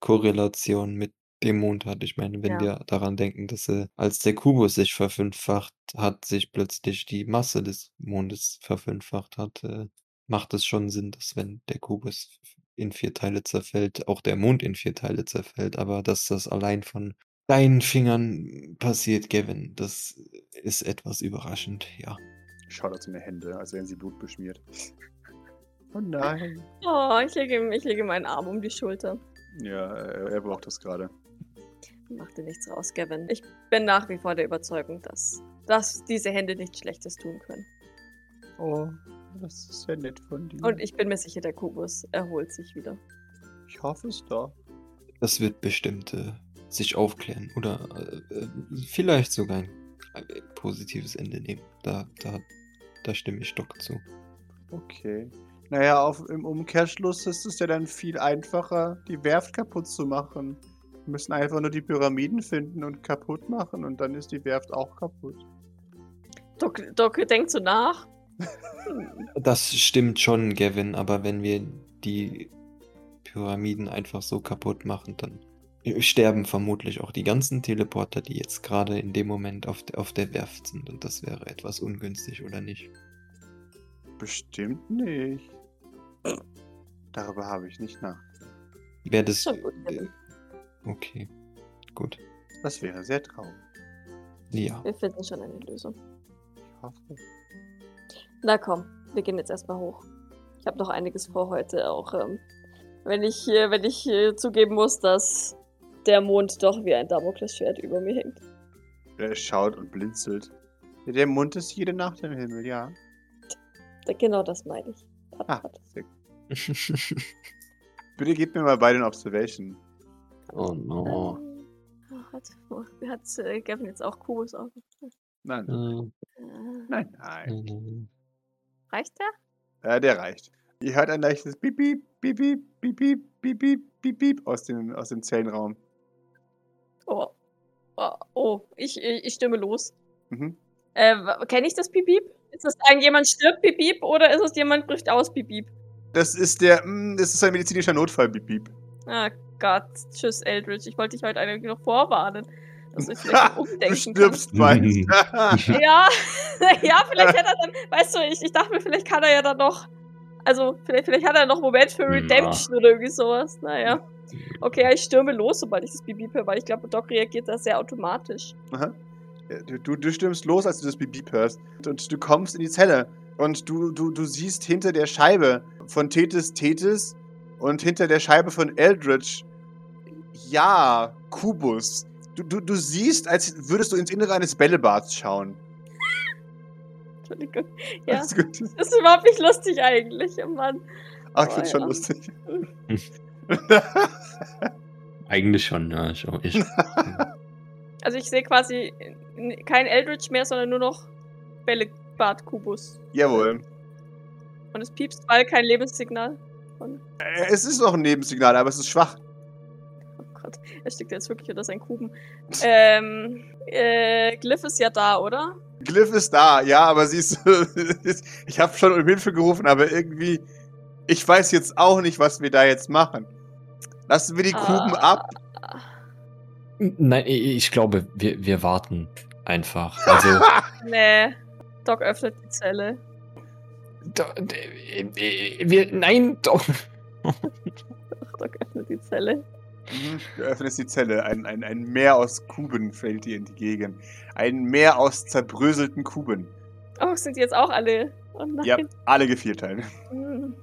Korrelation mit dem Mond hat. Ich meine, wenn
Ja.
wir daran denken, dass äh, als der Kubus sich verfünffacht hat, sich plötzlich die Masse des Mondes verfünffacht hat, äh, macht es schon Sinn, dass wenn der Kubus in vier Teile zerfällt, auch der Mond in vier Teile zerfällt. Aber dass das allein von deinen Fingern passiert, Gavin, das ist etwas überraschend, ja.
Ich schaue da zu den Hände, als wären sie blutbeschmiert. Oh nein.
Oh, ich lege, ihm- ich lege meinen Arm um die Schulter.
Ja, äh, er, er braucht das gerade.
Mach dir nichts raus, Gavin. Ich bin nach wie vor der Überzeugung, dass, dass diese Hände nichts Schlechtes tun können.
Oh, das ist ja nett von dir.
Und ich bin mir sicher, der Kubus erholt sich wieder.
ich hoffe es doch.
Das wird bestimmt äh, sich aufklären oder äh, äh, vielleicht sogar ein äh, positives Ende nehmen. Da, da, da stimme ich Stock zu.
Okay. Naja, auf, im Umkehrschluss ist es ja dann viel einfacher, die Werft kaputt zu machen. Wir müssen einfach nur die Pyramiden finden und kaputt machen und dann ist die Werft auch kaputt.
Doc, Doc denkt so nach.
Das stimmt schon, Gavin, aber wenn wir die Pyramiden einfach so kaputt machen, dann äh, sterben vermutlich auch die ganzen Teleporter, die jetzt gerade in dem Moment auf, der- auf der Werft sind. Und das wäre etwas ungünstig, oder nicht?
Bestimmt nicht. Darüber habe ich nicht nach.
Wäre das. äh,
Schon gut, Gavin.
Okay, gut.
Das wäre sehr traurig.
Ja.
Wir finden schon eine Lösung.
Ich hoffe.
Na komm, wir gehen jetzt erstmal hoch. Ich habe noch einiges vor heute, auch ähm, wenn ich, äh, wenn ich äh, zugeben muss, dass der Mond doch wie ein Damoklesschwert über mir hängt.
Er schaut und blinzelt. Ja, Der Mund ist jede Nacht im Himmel, ja.
Genau das meine ich. Pat,
Ah,
pat.
sehr gut. Bitte gebt mir mal beide eine Observation.
oh no.
Ähm, oh, hat, oh, hat äh, Gavin jetzt auch Kubus auf?
Nein,
Äh,
Äh,
nein, nein.
nein.
reicht der?
Ja, der reicht. Ihr hört ein leichtes Piep, Piep, Piep, Piep, Piep, Piep, Piep, Piep, Piep, Piep aus dem, aus dem Zellenraum.
Oh, oh, oh. Ich, ich ich stimme los.
Mhm.
Äh, Kenne ich das Pipiep? Ist das ein jemand stirbt Pipiep oder ist es jemand bricht aus Pipiep?
Das ist der, mm, das ist ein medizinischer Notfall, Piep, Piep.
Ah Gott, tschüss Eldridge. Ich wollte dich heute eigentlich noch vorwarnen, dass ich
[laughs]
vielleicht
Du
umdenken kann.
stirbst [laughs] meins.
Ja, [laughs] ja, vielleicht hat er dann, weißt du, ich, ich dachte mir, vielleicht kann er ja dann noch, also vielleicht, vielleicht hat er noch einen Moment für
Na.
Redemption oder irgendwie sowas. Naja. Okay, ich stürme los, sobald ich das Pipiep höre, weil ich glaube, Doc reagiert da sehr automatisch.
Aha. Ja, du, du, du stimmst los, als du das Piep, Piep hörst. Und du kommst in die Zelle. Und du, du, du siehst hinter der Scheibe von Tethys Tethys und hinter der Scheibe von Eldritch, ja, Kubus. Du, du, du siehst, als würdest du ins Innere eines Bällebads schauen.
Entschuldigung. Ja.
Alles gut.
Das ist überhaupt nicht lustig eigentlich, oh Mann.
Ach, ich find's
Oh,
Ah, schon
ja.
lustig. [laughs]
Eigentlich schon, ja, ich auch. Ich.
Also ich sehe quasi n- kein Eldritch mehr, sondern nur noch Bällebad-Kubus.
Jawohl.
Und es piepst, weil kein Lebenssignal.
Äh, Es ist noch ein Nebensignal, aber es ist schwach.
Oh Gott, er steckt jetzt wirklich unter seinen Kuben. ähm, äh, Glyph ist ja da, oder?
Glyph ist da, ja, aber sie ist. [laughs] ist- ich habe schon um Hilfe gerufen, aber irgendwie. Ich weiß jetzt auch nicht, was wir da jetzt machen. Lassen wir die Kuben
Ah.
ab.
Nein, i- ich glaube, wir, wir warten einfach. Also,
Nee. Doc öffnet die Zelle.
da- d- i- i- wir, nein, doch.
Doc öffnet die Zelle.
Mhm. Du öffnest die Zelle. Ein, ein, ein Meer aus Kuben fällt dir entgegen. Ein Meer aus zerbröselten Kuben.
Oh, sind die jetzt auch alle. Oh nein.
Ja, alle gevierteilen.
Hm.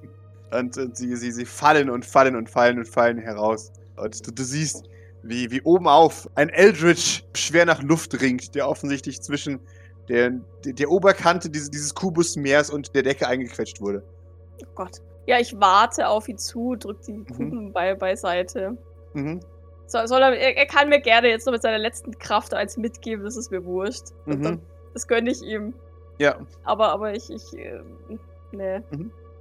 Und, und sie, sie, sie fallen und fallen und fallen und fallen heraus. Und du, du siehst, wie, wie oben auf ein Eldritch schwer nach Luft ringt, der offensichtlich zwischen der, der, der Oberkante dieses, dieses Kubusmeers und der Decke eingequetscht wurde.
Oh Gott. Ja, ich warte auf ihn zu, drück die Kuben bei, beiseite.
Mhm.
So, soll er, er er kann mir gerne jetzt noch mit seiner letzten Kraft eins mitgeben, das ist mir wurscht. Und
Mhm.
dann, das gönne ich ihm.
Ja.
Aber, aber ich, ich, ähm, nee.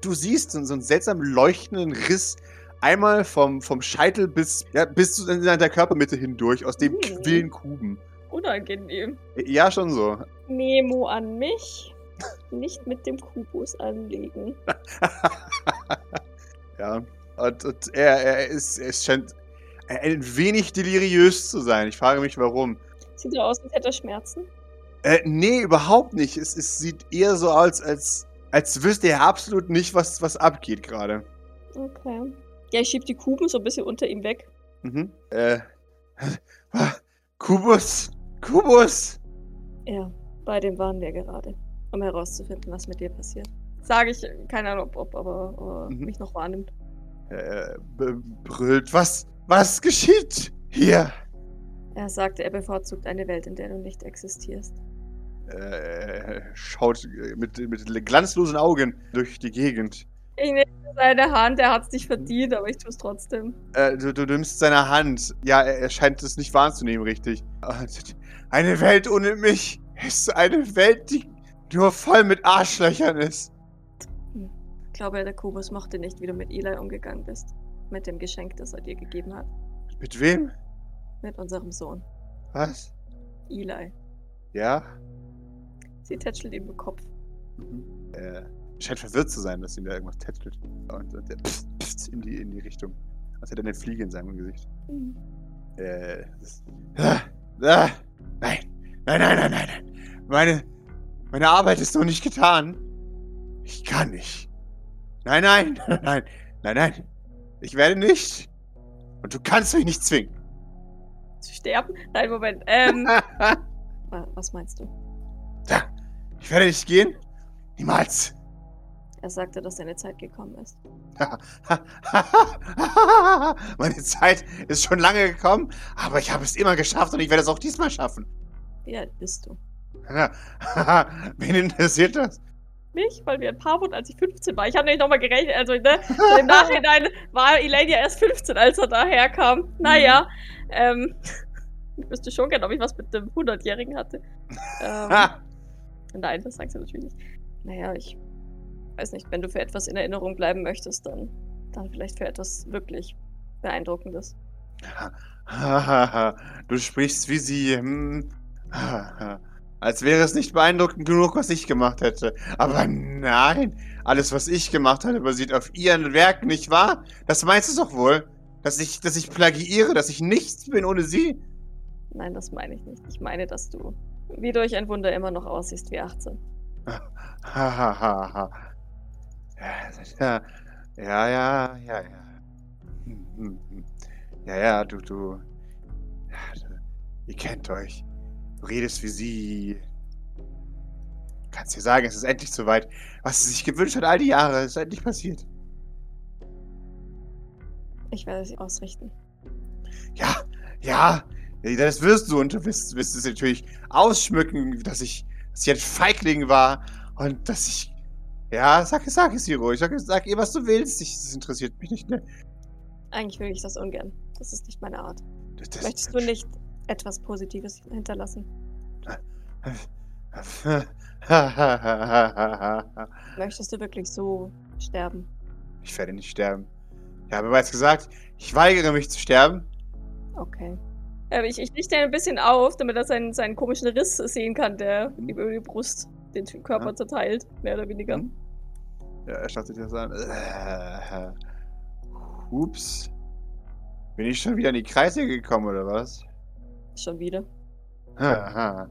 Du siehst so, so einen seltsamen leuchtenden Riss einmal vom, vom Scheitel bis, ja, bis zu in der Körpermitte hindurch, aus dem
Mhm.
quillen Kuben.
Unangenehm.
Ja, schon so.
Memo an mich. Nicht mit dem Kubus anlegen.
Ja. Und, und er, er ist, er scheint ein wenig deliriös zu sein. Ich frage mich, warum.
Sieht so aus, als hätte er Schmerzen.
Äh, nee, überhaupt nicht. Es, es sieht eher so aus, als, als wüsste er absolut nicht, was, was abgeht gerade.
Okay. Ja, ich schieb die Kuben so ein bisschen unter ihm weg.
Mhm. Äh. [laughs] Kubus! Kubus!
Ja, bei dem waren wir gerade. Um herauszufinden, was mit dir passiert. Sage ich, keine Ahnung, ob, ob aber aber
Mhm.
mich noch wahrnimmt.
Äh, b- brüllt. Was, was geschieht hier?
Er sagte, er bevorzugt eine Welt, in der du nicht existierst.
Äh, schaut äh, mit, mit glanzlosen Augen durch die Gegend.
Ich nehme seine Hand, er hat's nicht verdient, aber ich tue es trotzdem.
Äh, du, du nimmst seine Hand. Ja, er, er scheint es nicht wahrzunehmen, richtig. Und Eine Welt ohne mich ist eine Welt, die nur voll mit Arschlöchern ist.
Ich glaube, der Kubus mochte nicht, wie du mit Eli umgegangen bist. Mit dem Geschenk, das er dir gegeben hat.
Mit wem?
Mit unserem Sohn,
Was?
Eli.
Ja?
Sie tätschelt ihm den Kopf.
Mhm. Äh, scheint verwirrt zu sein, dass ihm da irgendwas tätschelt. Und, und der pst, pst in, die, in die Richtung. Als hätte er eine Fliege in seinem Gesicht.
Hm.
Äh, das, ah, ah, nein, nein, nein, nein, nein, nein. Meine, meine Arbeit ist noch nicht getan. Ich kann nicht. Nein, nein, [laughs] nein, nein, nein. Ich werde nicht. Und du kannst mich nicht zwingen.
Zu sterben? Nein, Moment. Ähm, wa- was meinst du?
Da, ich werde nicht gehen. Niemals. [laughs]
Er sagte, dass deine Zeit gekommen ist.
Meine Zeit ist schon lange gekommen, aber ich habe es immer geschafft und ich werde es auch diesmal schaffen. [laughs]
Wie alt bist du?
Wen interessiert das?
Mich? Weil wir ein Paar wurden, als ich 15 war. Ich habe nämlich nochmal gerechnet. Also ne, so im Nachhinein war Elaine ja erst 15, als er daherkam. Naja, ähm, [laughs] ich wüsste schon gern, ob ich was mit dem 100-Jährigen hatte.
[laughs]
Ähm,
Ha,
nein, das sagst du natürlich nicht. Naja, ich weiß nicht, wenn du für etwas in Erinnerung bleiben möchtest, dann, dann vielleicht für etwas wirklich Beeindruckendes.
ha, ha, ha. [laughs] du sprichst wie sie. Hm. [laughs] Ha, ha. Als wäre es nicht beeindruckend genug, was ich gemacht hätte. Aber nein, alles, was ich gemacht habe, basiert auf ihren Werken, nicht wahr? Das meinst du doch wohl? Dass ich, dass ich plagiiere, dass ich nichts bin ohne sie?
Nein, das meine ich nicht. Ich meine, dass du wie durch ein Wunder immer noch aussiehst wie 18.
Ha, ha, ha, ha. Ja, ja, ja, ja. Ja, Hm, hm, hm. ja, ja du, du. Ja, du. Ihr kennt euch. Du redest wie sie. Kannst dir sagen, es ist endlich soweit. Was sie sich gewünscht hat all die Jahre, ist endlich passiert.
Ich werde sie ausrichten.
Ja, ja, das wirst du und du wirst, wirst es natürlich ausschmücken, dass ich, dass ich ein Feigling war und dass ich. Ja, sag, es, sag es ihr ruhig, sag, es- sag ihr, was du willst. Ich, das interessiert mich nicht. Ne?
Eigentlich will ich das ungern. Das ist nicht meine Art.
Das, das,
Möchtest du nicht etwas Positives hinterlassen? Möchtest du wirklich so sterben?
[laughs] ich werde nicht sterben. Ich habe bereits gesagt, ich weigere mich zu sterben.
Okay. Ähm, ich, ich richte ihn ein bisschen auf, damit er seinen, seinen komischen Riss sehen kann, der ihm über die Brust den Körper
Mhm. Ja.
zerteilt, mehr oder weniger.
Mhm. Ja, er schaut sich das an. Äh, ups. Bin ich schon wieder in die Kreise gekommen, oder was?
Schon wieder.
Haha.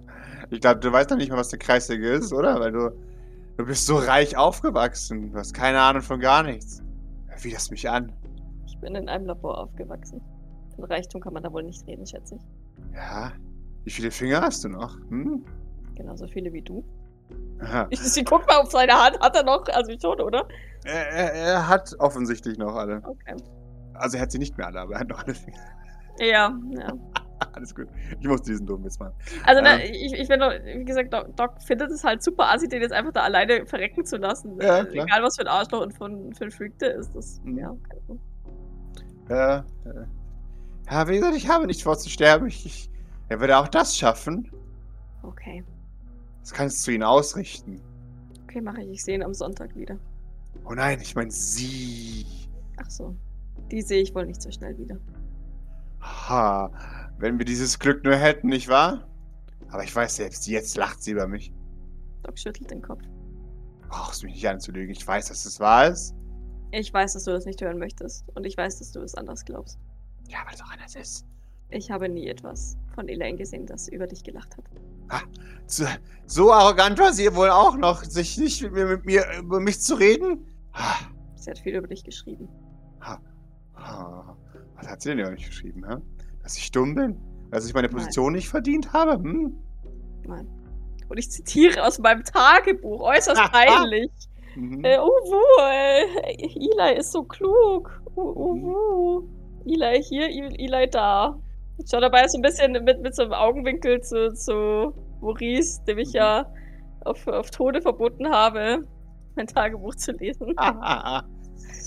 Ich glaube, du weißt doch nicht mal, was eine Kreissäge ist, oder? Weil du, du bist so reich aufgewachsen. Du hast keine Ahnung von gar nichts. Wie das mich an.
Ich bin in einem Labor aufgewachsen. Von Reichtum kann man da wohl nicht reden, schätze ich.
Ja. Wie viele Finger hast du noch? Hm?
Genauso viele wie du. [laughs]
Aha.
Ich, ich guck mal auf seine Hand, hat er noch, also schon, oder?
Er, er, er hat offensichtlich noch alle.
Okay.
Also er hat sie nicht mehr alle, aber er hat noch alle Finger. [laughs]
Ja, ja.
Alles gut. Ich muss diesen dummen Witz machen.
Also, na,
Ähm.
ich, ich bin doch, wie gesagt, Doc, Doc findet es halt super assi, den jetzt einfach da alleine verrecken zu lassen.
Ja,
Äh,
klar.
Egal, was für ein Arschloch und von, für ein Freak der ist. Das,
Mhm.
ja, keine Ahnung.
Äh, äh. Ja, wie gesagt, ich habe nicht vor zu sterben. Ich, ich, er würde auch das schaffen.
Okay,
Das kannst du ihn ausrichten.
okay, mache ich. Ich sehe ihn am Sonntag wieder.
Oh nein, ich meine sie.
Ach so. Die sehe ich wohl nicht so schnell wieder.
Ha, wenn wir dieses Glück nur hätten, nicht wahr? Aber ich weiß selbst, jetzt lacht sie über mich.
Doc schüttelt den Kopf.
Brauchst mich nicht anzulügen. Ich weiß, dass es wahr ist.
Ich weiß, dass du das nicht hören möchtest. Und ich weiß, dass du es anders glaubst.
Ja, weil es auch anders ist.
Ich habe nie etwas von Elaine gesehen, das über dich gelacht hat.
So, so arrogant war sie wohl auch noch, sich nicht mit mir, mit mir über mich zu reden. Ah, Ha,
Sie hat viel über dich geschrieben.
ha. ah, Was hat sie denn über mich geschrieben, hä? Dass ich dumm bin? Dass ich meine Position nicht verdient habe? Hm?
Nein. Und ich zitiere aus meinem Tagebuch,
[laughs]
äußerst peinlich.
Mhm.
Äh, uwu, äh, Eli ist so klug. U uwu. Eli hier, I- Eli da. Schau dabei so ein bisschen mit, mit so einem Augenwinkel zu, zu Maurice, dem ich
Mhm.
ja auf, auf Tode verboten habe, mein Tagebuch zu lesen.
[laughs] Ah, ah, ah.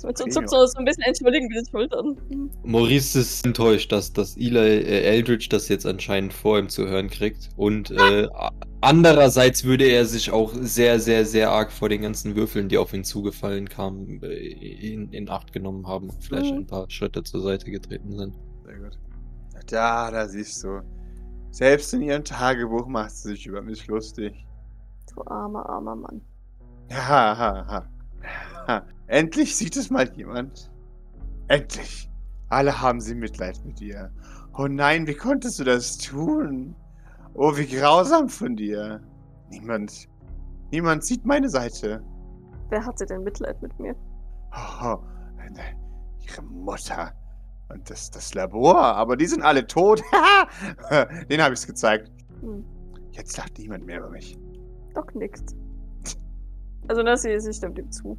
Und so,
okay,
zuckt
ja.
so, so ein bisschen entschuldigen mit den Schultern.
[laughs] Maurice ist enttäuscht, dass, dass Eli äh, Eldridge das jetzt anscheinend vor ihm zu hören kriegt. Und äh, a- andererseits würde er sich auch sehr, sehr, sehr arg vor den ganzen Würfeln, die auf ihn zugefallen kamen, äh, in, in Acht genommen haben und vielleicht
Mhm.
ein paar Schritte zur Seite getreten sind.
Sehr gut. Ja, da siehst du. Selbst in ihrem Tagebuch macht sie sich über mich lustig.
Du armer, armer Mann.
Ha, ha, ha. ha. Endlich sieht es mal jemand. Endlich. Alle haben sie Mitleid mit dir. Oh nein, wie konntest du das tun? Oh, wie grausam von dir. Niemand. Niemand sieht meine Seite.
Wer hatte denn Mitleid mit mir?
Oh, ne, ihre Mutter. Und das, das Labor. Aber die sind alle tot. [laughs] Den habe ich's gezeigt.
Hm.
Jetzt lacht niemand mehr über mich.
Doc nickt. Also, na, sie, sie stimmt ihm zu.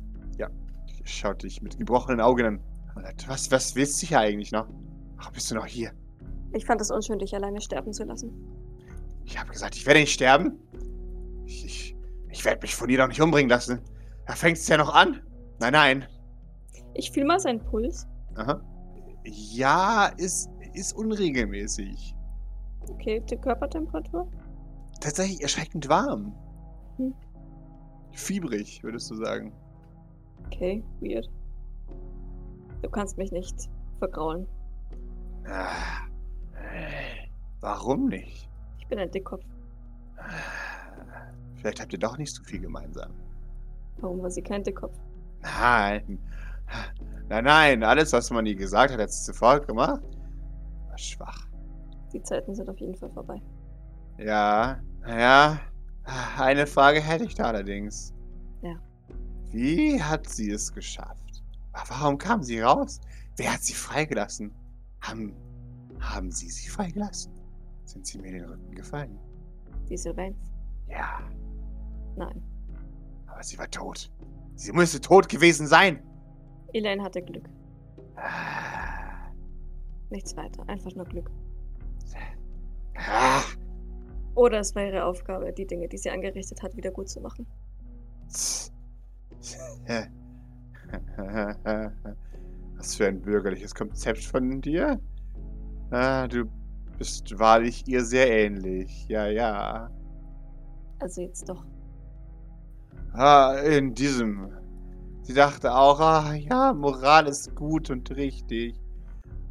Ich schaue dich mit gebrochenen Augen an. Und Was, was willst du hier eigentlich noch? Ach, bist du noch hier?
Ich fand es unschön, dich alleine sterben zu lassen.
Ich habe gesagt, ich werde nicht sterben. Ich, ich, ich werde mich von dir doch nicht umbringen lassen. Da fängst du ja noch an. Nein, nein.
Ich fühle mal seinen Puls.
Aha. Ja, ist, ist unregelmäßig.
Okay, die Körpertemperatur.
tatsächlich erschreckend warm.
Hm.
Fiebrig, würdest du sagen.
Okay, weird. Du kannst mich nicht vergraulen.
Ah. Warum nicht?
Ich bin ein Dickkopf.
Ah. Vielleicht habt ihr doch nicht so viel gemeinsam.
Warum war sie kein Dickkopf?
Nein. Nein, nein, alles, was man ihr gesagt hat, hat sie sofort gemacht. War schwach.
Die Zeiten sind auf jeden Fall vorbei.
Ja, naja. Eine Frage hätte ich da allerdings.
Ja.
Wie hat sie es geschafft? Warum kam sie raus? Wer hat sie freigelassen? Haben, haben sie sie freigelassen? Sind sie mir den Rücken gefallen?
Die Sylvains?
Ja,
Nein.
aber sie war tot. Sie müsste tot gewesen sein.
Elaine hatte Glück.
Ah,
Nichts weiter. Einfach nur Glück.
ah,
Oder es war ihre Aufgabe, die Dinge, die sie angerichtet hat, wieder gut zu machen.
tss. [laughs] Was für ein bürgerliches Konzept von dir. Ah, du bist wahrlich ihr sehr ähnlich. Ja, ja.
Also jetzt doch.
Ah, in diesem. Sie dachte auch, ah, ja, Moral ist gut und richtig.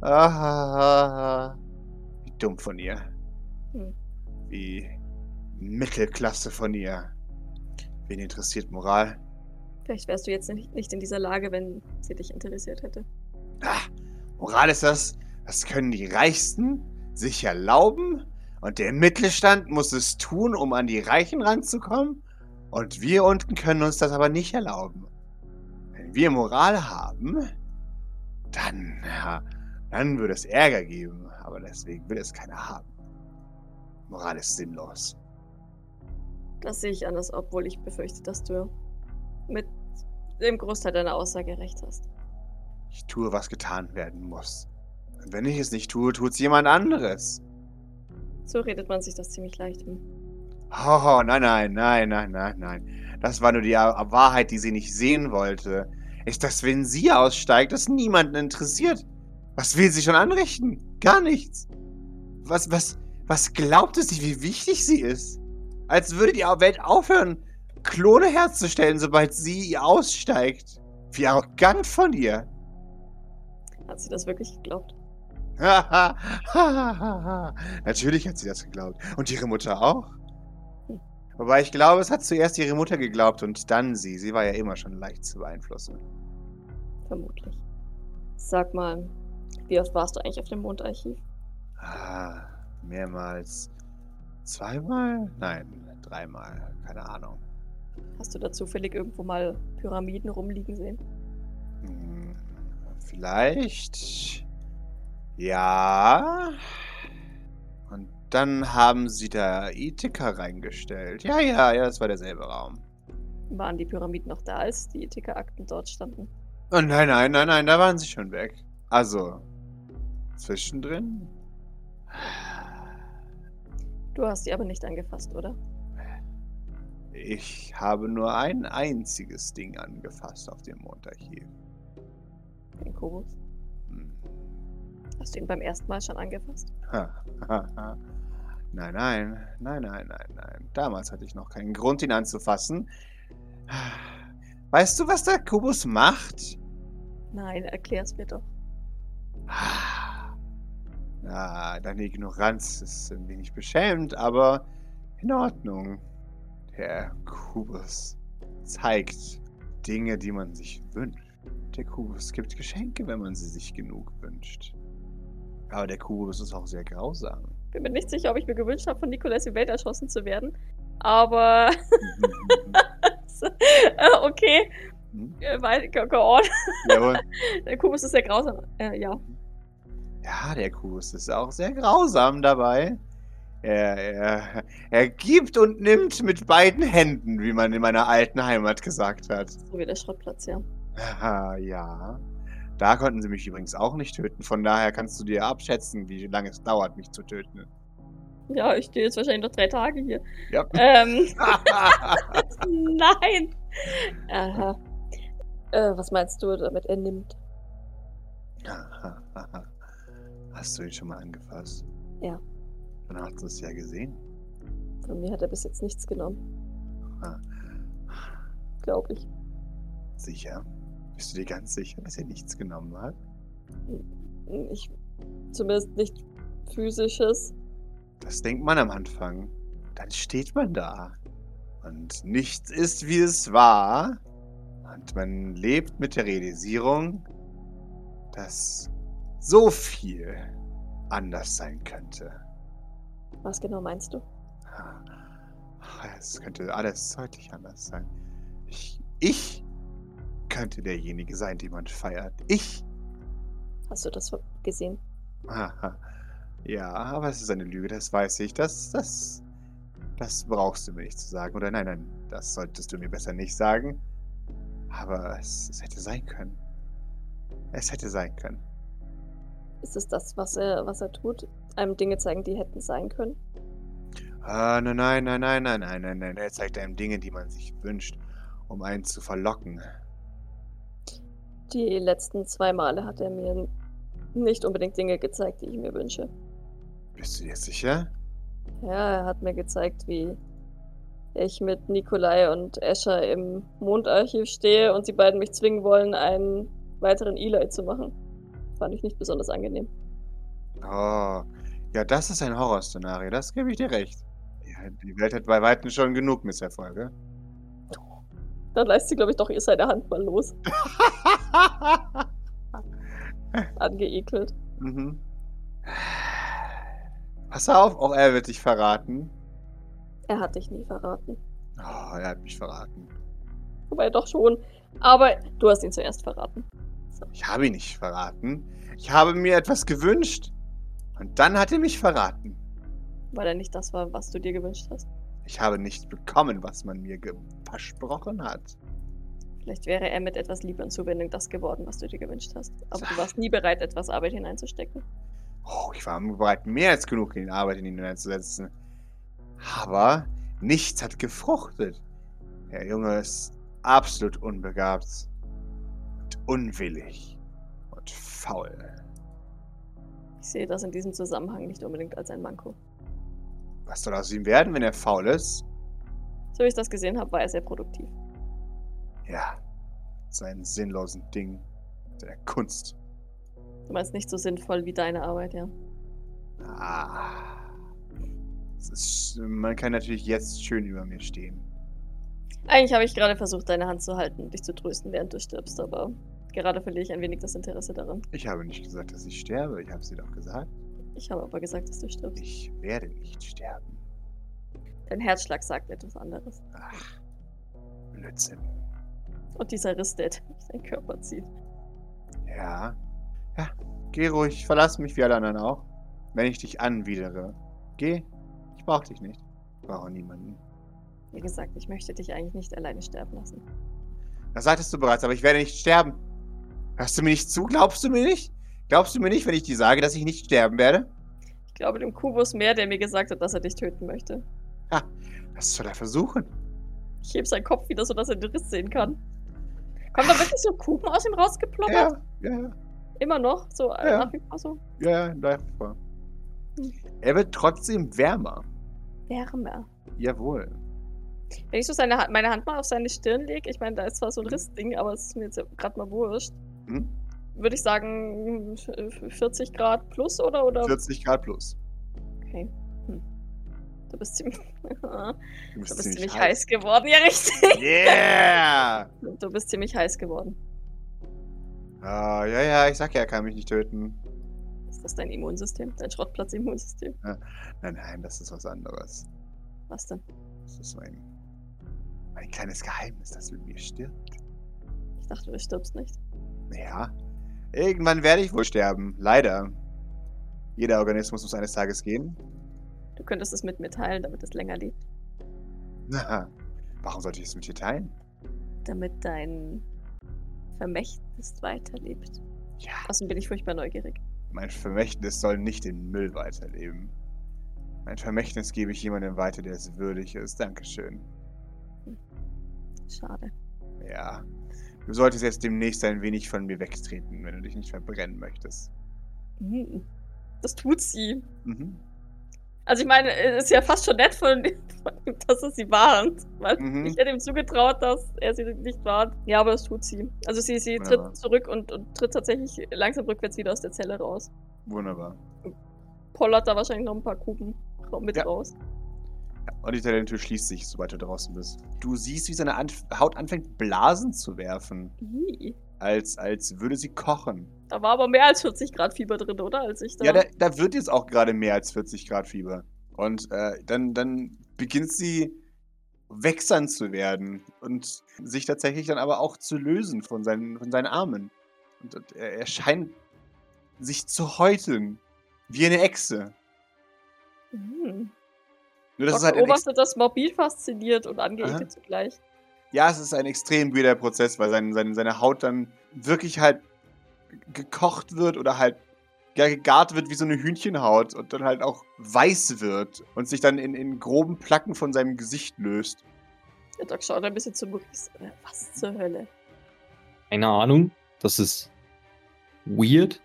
Ah, ah, ah, ah. Wie dumm von ihr.
Hm.
Wie Mittelklasse von ihr. Wen interessiert Moral?
Vielleicht wärst du jetzt nicht, nicht in dieser Lage, wenn sie dich interessiert hätte.
Ah, Moral ist das, das können die Reichsten sich erlauben und der Mittelstand muss es tun, um an die Reichen ranzukommen und wir unten können uns das aber nicht erlauben. Wenn wir Moral haben, dann, ja, dann würde es Ärger geben, aber deswegen will es keiner haben. Moral ist sinnlos.
Das sehe ich anders, obwohl ich befürchte, dass du mit dem Großteil deiner Aussage recht hast.
Ich tue, was getan werden muss. Und wenn ich es nicht tue, tut's jemand anderes.
So redet man sich das ziemlich leicht. um.
Oh, nein, nein, nein, nein, nein, nein. Das war nur die A- Wahrheit, die sie nicht sehen wollte. Ist, dass wenn sie aussteigt, das niemanden interessiert. Was will sie schon anrichten? Gar nichts. Was, was, was glaubt es sich, wie wichtig sie ist? Als würde die Welt aufhören, Klone herzustellen, sobald sie aussteigt. Wie arrogant von ihr.
Hat sie das wirklich geglaubt?
[laughs] Natürlich hat sie das geglaubt. Und ihre Mutter auch. Wobei ich glaube, es hat zuerst ihre Mutter geglaubt und dann sie. Sie war ja immer schon leicht zu beeinflussen.
Vermutlich. Sag mal, wie oft warst du eigentlich auf dem Mondarchiv?
Ah, mehrmals. Zweimal? Nein, dreimal. Keine Ahnung.
Hast du da zufällig irgendwo mal Pyramiden rumliegen sehen?
Hm, Vielleicht. Ja. Und dann haben sie da Ithika reingestellt. Ja, ja, ja, das war derselbe Raum.
Waren die Pyramiden noch da, als die Ethika-Akten dort standen?
Oh nein, nein, nein, nein, da waren sie schon weg. Also, zwischendrin?
Du hast die aber nicht angefasst, oder?
Ich habe nur ein einziges Ding angefasst auf dem Mondarchiv.
Den Kobus.
Hm. [laughs]
Hast du ihn beim ersten Mal schon angefasst?
nein, nein, nein, nein, nein, nein. Damals hatte ich noch keinen Grund, ihn anzufassen. Weißt du, was der Kubus macht?
Nein, erklär's mir doch.
Na, Ah. deine Ignoranz ist ein wenig beschämend, aber in Ordnung. Der Kubus zeigt Dinge, die man sich wünscht. Der Kubus gibt Geschenke, wenn man sie sich genug wünscht. Aber der Kubus ist auch sehr grausam.
Bin mir nicht sicher, ob ich mir gewünscht habe, von Nicolas Evade erschossen zu werden. Aber [laughs] äh, okay,
Hm?
äh, weil- go, go on.
Jawohl.
Der Kubus ist ja grausam. Äh, ja,
Ja, der Kuss ist auch sehr grausam dabei. Er, er, er gibt und nimmt mit beiden Händen, wie man in meiner alten Heimat gesagt hat.
so wie der Schrottplatz, ja.
Haha, ja. Da konnten sie mich übrigens auch nicht töten. Von daher kannst du dir abschätzen, wie lange es dauert, mich zu töten.
Ja, ich stehe jetzt wahrscheinlich noch drei Tage hier.
Ja.
Ähm, nein! Aha. Äh, was meinst du damit? Er nimmt.
[laughs] Hast du ihn schon mal angefasst?
Ja.
Dann hast du es ja gesehen.
Von mir hat er bis jetzt nichts genommen. Glaube ich.
Sicher? Bist du dir ganz sicher, dass er nichts genommen hat?
ich. Zumindest nicht physisches.
Das denkt man am Anfang. Dann steht man da. Und nichts ist, wie es war. Und man lebt mit der Realisierung, dass so viel anders sein könnte.
Was genau meinst du?
Ah, Es könnte alles deutlich anders sein. Ich, ich könnte derjenige sein, den man feiert. Ich
Hast du das gesehen?
Aha. [laughs] Ja, aber es ist eine Lüge, das weiß ich. Das, das, das brauchst du mir nicht zu sagen. Oder nein, nein, das solltest du mir besser nicht sagen. Aber es, es hätte sein können. Es hätte sein können.
Ist es das, was er, was er tut? Einem Dinge zeigen, die hätten sein können?
Ah, nein, nein, nein, nein, nein, nein, nein, nein. Er zeigt einem Dinge, die man sich wünscht, um einen zu verlocken.
Die letzten zwei Male hat er mir nicht unbedingt Dinge gezeigt, die ich mir wünsche.
Bist du dir sicher?
Ja, er hat mir gezeigt, wie ich mit Nikolai und Escher im Mondarchiv stehe und sie beiden mich zwingen wollen, einen weiteren Eli zu machen. Fand ich nicht besonders angenehm.
Oh, Ja, das ist ein Horrorszenario, das gebe ich dir recht. Ja, die Welt hat bei Weitem schon genug Misserfolge. [laughs]
Dann lässt sie, glaube ich, doch ihr seine Hand mal los. Angeekelt.
Mhm. Pass auf, auch er wird dich verraten.
Er hat dich nie verraten.
Oh, er hat mich verraten.
Wobei doch schon. Aber du hast ihn zuerst verraten.
Ich habe ihn nicht verraten. Ich habe mir etwas gewünscht. Und dann hat er mich verraten.
Weil er nicht das war, was du dir gewünscht hast.
Ich habe nicht bekommen, was man mir ge- versprochen hat.
Vielleicht wäre er mit etwas Liebe und Zuwendung das geworden, was du dir gewünscht hast. Aber du warst nie bereit, etwas Arbeit hineinzustecken.
Oh, ich war bereit, mehr als genug in die Arbeit in ihn hineinzusetzen. Aber nichts hat gefruchtet. Der Junge ist absolut unbegabt und unwillig und faul.
Ich sehe das in diesem Zusammenhang nicht unbedingt als ein Manko.
Was soll aus ihm werden, wenn er faul ist?
So wie ich das gesehen habe, war er sehr produktiv.
Ja, seinen sinnlosen Ding, seiner Kunst.
Du meinst nicht so sinnvoll wie deine Arbeit, ja.
Ah. Es ist, man kann natürlich jetzt schön über mir stehen.
Eigentlich habe ich gerade versucht, deine Hand zu halten und dich zu trösten, während du stirbst, aber gerade verliere ich ein wenig das Interesse daran.
Ich habe nicht gesagt, dass ich sterbe. Ich habe es dir doch gesagt.
Ich habe aber gesagt, dass du stirbst.
Ich werde nicht sterben.
Dein Herzschlag sagt etwas anderes.
Ach, Blödsinn.
Und dieser Riss, der durch deinen Körper zieht.
Ja. Ja, geh ruhig. Verlass mich wie alle anderen auch. Wenn ich dich anwidere. Geh. Ich brauche dich nicht. Ich brauche niemanden.
Wie gesagt, ich möchte dich eigentlich nicht alleine sterben lassen.
Das sagtest du bereits, aber ich werde nicht sterben. Hörst du mir nicht zu? Glaubst du mir nicht? Glaubst du mir nicht, wenn ich dir sage, dass ich nicht sterben werde?
Ich glaube dem Kubus mehr, der mir gesagt hat, dass er dich töten möchte.
Was soll er versuchen?
Ich heb seinen Kopf wieder, sodass er den Riss sehen kann. Kommt da wirklich so Kuchen aus ihm rausgeploppert?
Ja, ja,
Immer noch? So äh,
Ja.
nach wie vor so?
ja, ja, nach wie vor. Er wird trotzdem wärmer.
Wärmer.
Jawohl.
Wenn ich so seine, Ha- meine Hand mal auf seine Stirn lege, ich meine, da ist zwar so ein Rissding, aber es ist mir jetzt gerade mal wurscht.
Hm?
Würde ich sagen, äh, 40 Grad plus oder? oder?
40 Grad plus.
Okay. Hm. Du bist ziemlich, [laughs] du
Du
bist ziemlich heiß geworden, ja richtig. [laughs]
Yeah!
Du bist ziemlich heiß geworden.
Ah, ja, ja, ich sag ja, er kann mich nicht töten.
Ist das dein Immunsystem? Dein Schrottplatz-Immunsystem?
Nein, nein, das ist was anderes.
Was denn?
Das ist mein, mein kleines Geheimnis, das mit mir stirbt.
Ich dachte, du stirbst nicht.
Ja. Irgendwann werde ich wohl sterben. Leider. Jeder Organismus muss eines Tages gehen.
Du könntest es mit mir teilen, damit es länger lebt.
Na, warum sollte ich es mit dir teilen?
Damit dein Vermächtnis weiterlebt.
Ja.
Außerdem bin ich furchtbar neugierig.
Mein Vermächtnis soll nicht im Müll weiterleben. Mein Vermächtnis gebe ich jemandem weiter, der es würdig ist. Dankeschön.
Schade.
Ja. Du solltest jetzt demnächst ein wenig von mir wegtreten, wenn du dich nicht verbrennen möchtest.
Mhm. Das tut sie.
Mhm.
Also ich meine, es ist ja fast schon nett von, [laughs] von ihm, dass er sie warnt. Weil
Mhm.
ich hätte ihm zugetraut, dass er sie nicht warnt. Ja, aber das tut sie. Also sie, sie tritt
Wunderbar.
zurück und, und tritt tatsächlich langsam rückwärts wieder aus der Zelle raus.
Wunderbar.
Pollert da wahrscheinlich noch ein paar Kuben ra- mit
Ja.
raus.
Und die Toilette schließt sich, sobald du draußen bist. Du siehst, wie seine Anf Haut anfängt, Blasen zu werfen.
Ih.
Als, als würde sie kochen.
Da war aber mehr als 40 Grad Fieber drin, oder? Als ich da.
Ja, da, da wird jetzt auch gerade mehr als 40 Grad Fieber. Und äh, dann, dann beginnt sie wechselnd zu werden und sich tatsächlich dann aber auch zu lösen von seinen, von seinen Armen. Und, und er, er scheint sich zu häuten, wie eine Echse.
Mhm.
Nur
Das
dass es halt ein Ex-
beobachtet das morbid fasziniert und angeekelt
Aha.
zugleich.
ja, es ist ein extrem wilder Prozess, weil sein, sein, seine Haut dann wirklich halt gekocht wird oder halt ja, gegart wird wie so eine Hühnchenhaut und dann halt auch weiß wird und sich dann in, in groben Placken von seinem Gesicht löst.
Der Doc schaut ein bisschen zu Maurice. Äh, Was zur Hölle?
Keine Ahnung. Das ist weird.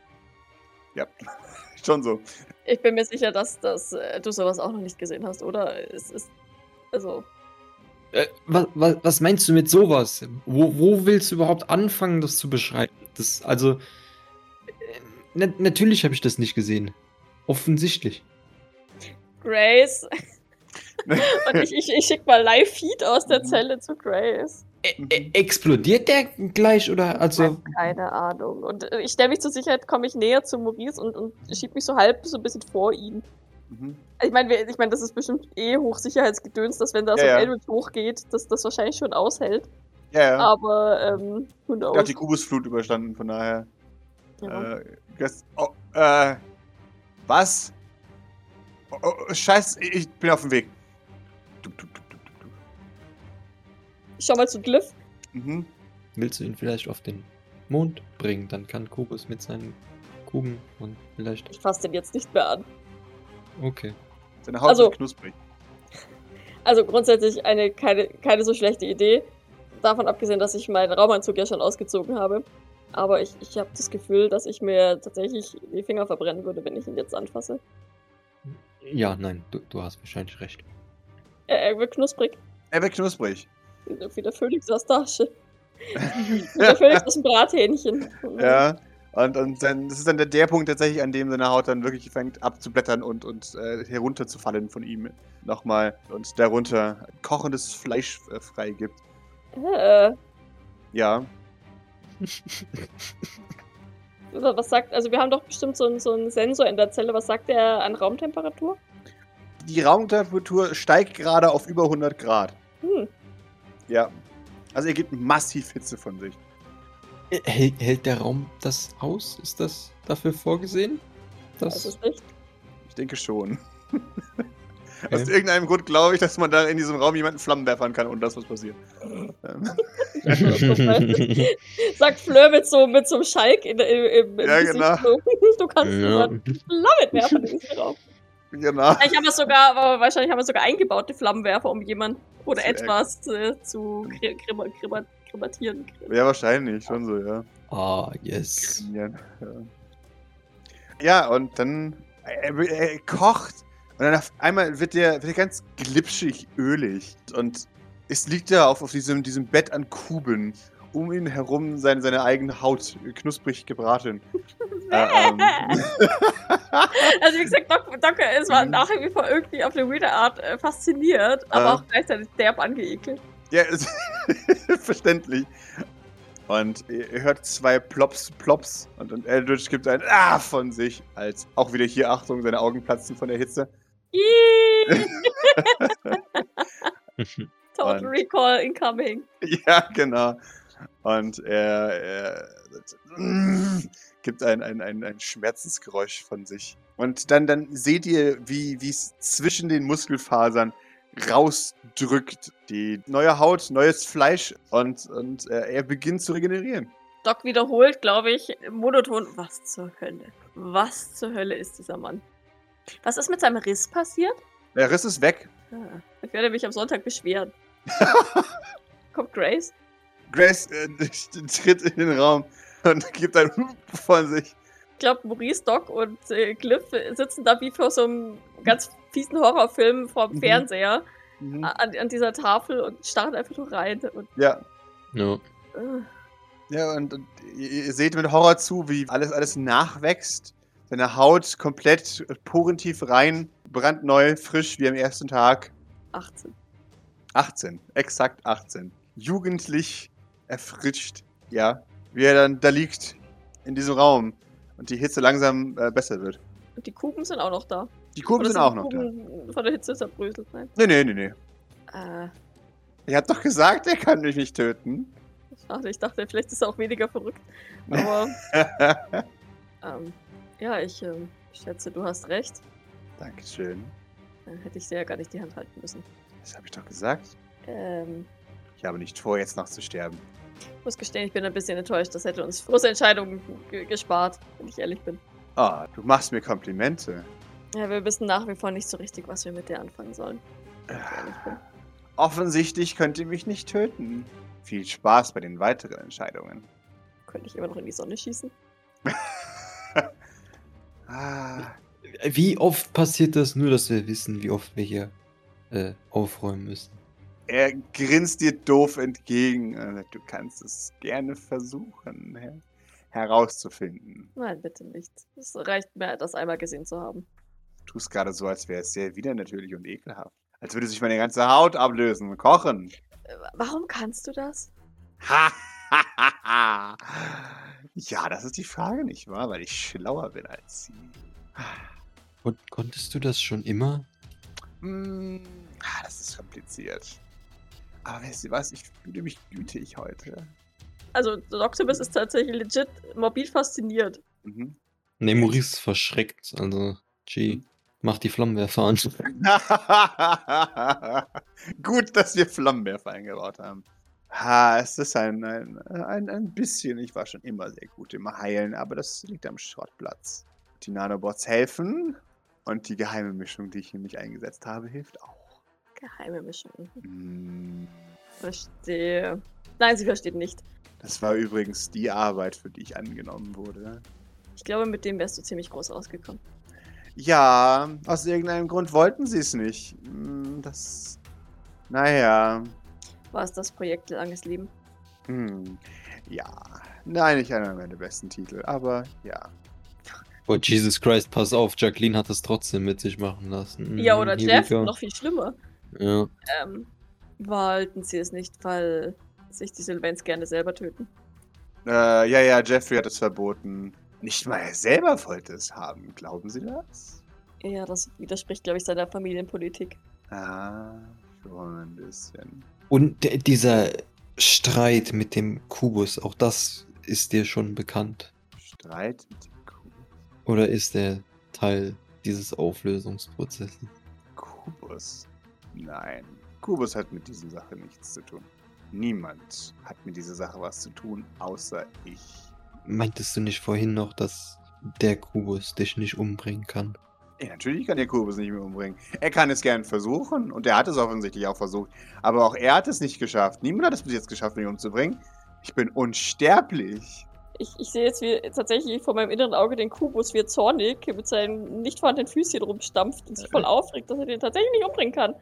Ja, [laughs] schon so.
Ich bin mir sicher, dass, dass äh, du sowas auch noch nicht gesehen hast, oder? Es ist. Also,
Äh, was, was, was meinst du mit sowas? Wo, wo willst du überhaupt anfangen, das zu beschreiben? Das, also, äh, na, natürlich habe ich das nicht gesehen. Offensichtlich.
[laughs]
Grace. Und ich, ich, ich schicke mal Live-Feed aus
Mhm.
der Zelle zu Grace.
E explodiert der gleich oder also
Keine Ahnung. Und äh, ich stelle mich zur Sicherheit, komme ich näher zu Maurice und, und schiebe mich so halb so ein bisschen vor ihn.
Mhm.
Ich meine, wir- ich mein, das ist bestimmt eh Hochsicherheitsgedöns, dass wenn da so
Ja,
ein
ja.
Eldritch hochgeht, dass das wahrscheinlich schon aushält.
Ja, ja.
Aber, ähm, who knows.
Ich habe die Kubusflut überstanden, von daher.
Ja.
Äh, das, oh, äh, was? Oh, oh, scheiße, ich ich bin auf dem Weg. Du, du, du, du, du, du.
Ich schau mal zu Glyph.
Mhm.
willst du ihn vielleicht auf den Mond bringen? Dann kann Kobus mit seinen Kuben und vielleicht.
Ich fasse den jetzt nicht mehr an.
Okay.
Seine Haut
Also-
wird knusprig.
Also grundsätzlich eine keine, keine so schlechte Idee. Davon abgesehen, dass ich meinen Raumanzug ja schon ausgezogen habe. Aber ich, ich habe das Gefühl, dass ich mir tatsächlich die Finger verbrennen würde, wenn ich ihn jetzt anfasse.
Ja, nein, du, du hast wahrscheinlich recht.
Er, er wird knusprig.
Er wird knusprig.
Wie der Phönix aus der
[laughs]
Asche. Wie der Phönix aus dem Brathähnchen.
Ja. Und, und dann, das ist dann der, der Punkt tatsächlich, an dem seine Haut dann wirklich fängt abzublättern und, und äh, herunterzufallen von ihm nochmal. Und darunter kochendes Fleisch äh, freigibt.
Äh,
Ja.
was sagt, also wir haben doch bestimmt so einen, so einen Sensor in der Zelle. Was sagt er an Raumtemperatur?
Die Raumtemperatur steigt gerade auf über 100 Grad.
Hm.
Ja. Also er gibt massiv Hitze von sich.
Ä- Hält, Äh, hält der Raum das aus? Ist das dafür vorgesehen?
Das
Das,
ist nicht.
Ich denke schon. [laughs]
Okay.
Aus irgendeinem Grund glaube ich, dass man da in diesem Raum jemanden Flammen werfen kann und das was passiert. Ähm, [laughs]
[laughs]
Sagt Fleur mit so, mit so einem Schalk in, im, im, im
Ja,
Gesicht
genau.
so, [laughs] Du kannst
ja.
ja. Flammenwerfer in diesen Raum.
genau.
Vielleicht haben wir sogar, aber wahrscheinlich haben wir sogar eingebaute Flammenwerfer, um jemanden oder
Zu
etwas äh, zu kre- krema- krema- krematieren.
Ja, wahrscheinlich, schon so, ja.
Ah, yes.
Ja, ja und dann er, er kocht und dann auf einmal wird der, wird der ganz glitschig, ölig und es liegt da auf, auf diesem, diesem Bett an Kuben, um ihn herum seine, seine eigene Haut knusprig gebraten. Äh, ähm,
[laughs] Also wie gesagt, Doc, Doc es war
Mhm.
nachher wie vor irgendwie auf eine weirde Art äh, fasziniert, aber
Ja.
auch gleichzeitig derb angeekelt.
Ja, ist [laughs] verständlich. Und ihr hört zwei Plops, Plops und, und Eldritch gibt ein Ah von sich, als auch wieder hier, Achtung, seine Augen platzen von der Hitze.
Ihhh,
[laughs]
Total
Und-
Recall incoming.
[laughs] Ja, genau. Und er, er mm, gibt ein, ein, ein, ein Schmerzensgeräusch von sich. Und dann, dann seht ihr, wie wie es zwischen den Muskelfasern rausdrückt. Die neue Haut, neues Fleisch und, und äh, er beginnt zu regenerieren.
Doc wiederholt, glaube ich, monoton. Was zur Hölle? Was zur Hölle ist dieser Mann? Was ist mit seinem Riss passiert?
Der Riss ist weg.
Ah, ich werde mich am Sonntag
[laughs]
beschweren. Kommt Grace?
Grace äh, [laughs] tritt in den Raum und gibt ein von sich.
Ich glaube, Maurice, Doc und äh, Cliff sitzen da wie vor so einem ganz fiesen Horrorfilm vor dem
Mhm.
Fernseher a- an, an dieser Tafel und starren einfach nur rein. Und,
[laughs] Ja.
No.
äh,
Ja, und, und ihr, ihr seht mit Horror zu, wie alles, alles nachwächst. Seine Haut komplett porentief rein, brandneu, frisch wie am ersten Tag.
18.
18, exakt 18. Jugendlich erfrischt, ja. Wie er dann da liegt in diesem Raum und die Hitze langsam äh, besser wird.
Und die Kuben sind auch noch da.
Die Kurven sind auch noch da.
da. Von der Hitze zerbröselt, nein.
Nee, nee, nee, nee.
Äh,
Ihr habt doch gesagt, er kann mich nicht töten.
schade, ich dachte, vielleicht ist er auch weniger verrückt. Aber
[laughs]
ähm, ja, ich ähm, schätze, du hast recht.
Dankeschön.
Dann hätte ich dir ja gar nicht die Hand halten müssen.
Das habe ich doch gesagt.
Ähm,
Ich habe nicht vor, jetzt noch zu sterben.
muss gestehen, ich bin ein bisschen enttäuscht. Das hätte uns große Entscheidungen ge- gespart, wenn ich ehrlich bin.
Ah, du machst mir Komplimente.
Ja, wir wissen nach wie vor nicht so richtig, was wir mit dir anfangen sollen. wenn ich ehrlich bin.
Offensichtlich könnt ihr mich nicht töten. Viel Spaß bei den weiteren Entscheidungen.
Könnte ich immer noch in die Sonne schießen?
Ah,
Wie oft passiert das nur, dass wir wissen, wie oft wir hier äh, aufräumen müssen?
er grinst dir doof entgegen. Er sagt, Du kannst es gerne versuchen, her herauszufinden.
Nein, bitte nicht. Es reicht mir, das einmal gesehen zu haben.
tust gerade so, als wäre es sehr widernatürlich und ekelhaft. Als würde sich meine ganze Haut ablösen und kochen.
Äh, Warum kannst du das?
Ha, ha, ha, ha. Ja, das ist die Frage, nicht wahr? Weil ich schlauer bin als sie.
Kon konntest du das schon immer?
Hm, ah, das ist kompliziert. Aber weißt du was? Ich fühle mich gütig heute.
Also, Noctibus ist tatsächlich legit morbid fasziniert.
Mhm. [laughs]
Ne, Maurice ist verschreckt. Also, G, mach die Flammenwerfer an. [laughs]
Gut, dass wir Flammenwerfer eingebaut haben. Ha, es ist ein, ein, ein, ein bisschen. Ich war schon immer sehr gut im Heilen, aber das liegt am Schrottplatz. Die Nanobots helfen und die geheime Mischung, die ich in mich eingesetzt habe, hilft auch.
Geheime Mischung.
Mm,
Verstehe. Nein, sie versteht nicht.
Das war übrigens die Arbeit, für die ich angenommen wurde.
Ich glaube, mit dem wärst du ziemlich groß rausgekommen.
Ja, aus irgendeinem Grund wollten sie es nicht. Hm, Das. Naja.
War es das Projekt Langes Leben?
Hm. Ja. Nein, nicht einer meiner besten Titel, aber ja.
Boah, Oh, Jesus Christ, pass auf, Jacqueline hat das trotzdem mit sich machen lassen. Mhm,
Ja, oder
Here we
Jeff,
go.
noch viel schlimmer.
Ja.
Ähm, wollten sie es nicht, weil sich die Sylvains gerne selber töten.
Äh, ja, ja, Jeffrey hat es verboten. Nicht mal er selber wollte es haben. Glauben Sie das?
Ja, das widerspricht, glaube ich, seiner Familienpolitik.
Ah, schon ein bisschen.
Und d- dieser Streit mit dem Kubus, auch das ist dir schon bekannt.
Streit mit dem Ku-
Oder ist der Teil dieses Auflösungsprozesses?
Kubus. Nein, Kubus hat mit dieser Sache nichts zu tun. Niemand hat mit dieser Sache was zu tun, außer ich.
Meintest du nicht vorhin noch, dass der Kubus dich nicht umbringen kann?
Ja, natürlich kann der Kubus nicht mehr umbringen. Er kann es gern versuchen und er hat es offensichtlich auch versucht. Aber auch er hat es nicht geschafft. Niemand hat es bis jetzt geschafft, mich umzubringen. Ich bin unsterblich.
Ich, ich sehe jetzt wie tatsächlich vor meinem inneren Auge den Kubus, wie er zornig mit seinen nicht vorhandenen Füßchen rumstampft und sich voll aufregt, dass er den tatsächlich nicht umbringen kann.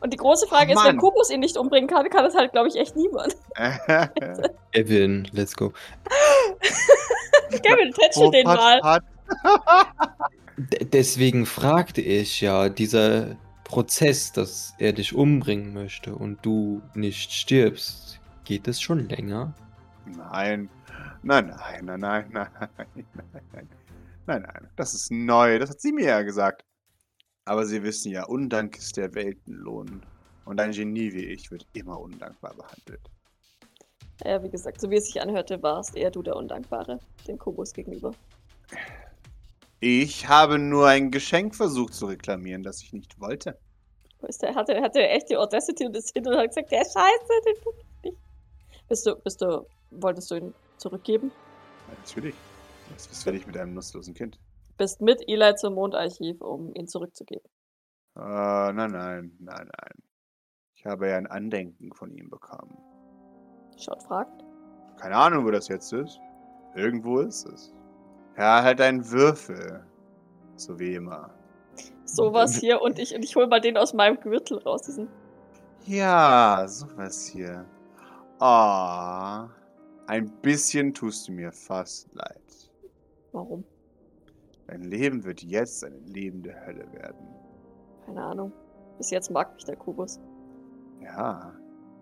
Und die große Frage
Oh,
ist, wenn
Mann.
Kubus ihn nicht umbringen kann, kann es halt, glaube ich, echt niemand. [laughs]
Evan, let's go.
Kevin, tätschel den mal.
D deswegen fragte ich ja, dieser Prozess, dass er dich umbringen möchte und du nicht stirbst, geht es schon länger?
Nein. Nein, nein, nein, nein, nein, nein, nein. Nein, nein. Das ist neu. Das hat sie mir ja gesagt. Aber Sie wissen ja, Undank ist der Weltenlohn. Und ein Genie wie ich wird immer undankbar behandelt.
Ja, wie gesagt, so wie es sich anhörte, warst eher du der Undankbare, dem Kubus gegenüber.
Ich habe nur ein Geschenk versucht zu reklamieren, das ich nicht wollte.
Weißt du, Hat er hatte echt die Audacity und ist hin und hat gesagt, der ist scheiße, den tut nicht. Bist du, bist du, wolltest du ihn zurückgeben?
Ja, Natürlich. Was was will ich mit einem nutzlosen Kind?
Bist mit Eli zum Mondarchiv, um ihn zurückzugeben.
Äh, nein, nein, nein, nein. Ich habe ja ein Andenken von ihm bekommen.
Schaut fragt.
Keine Ahnung, wo das jetzt ist. Irgendwo ist es. Ja, halt ein Würfel. So wie immer.
Sowas hier und ich, und ich hol mal den aus meinem Gürtel raus, diesen
Ja, sowas hier. Ah, ein bisschen tust du mir fast leid.
Warum?
Dein Leben wird jetzt eine lebende Hölle werden.
Keine Ahnung. Bis jetzt mag mich der Kubus.
Ja,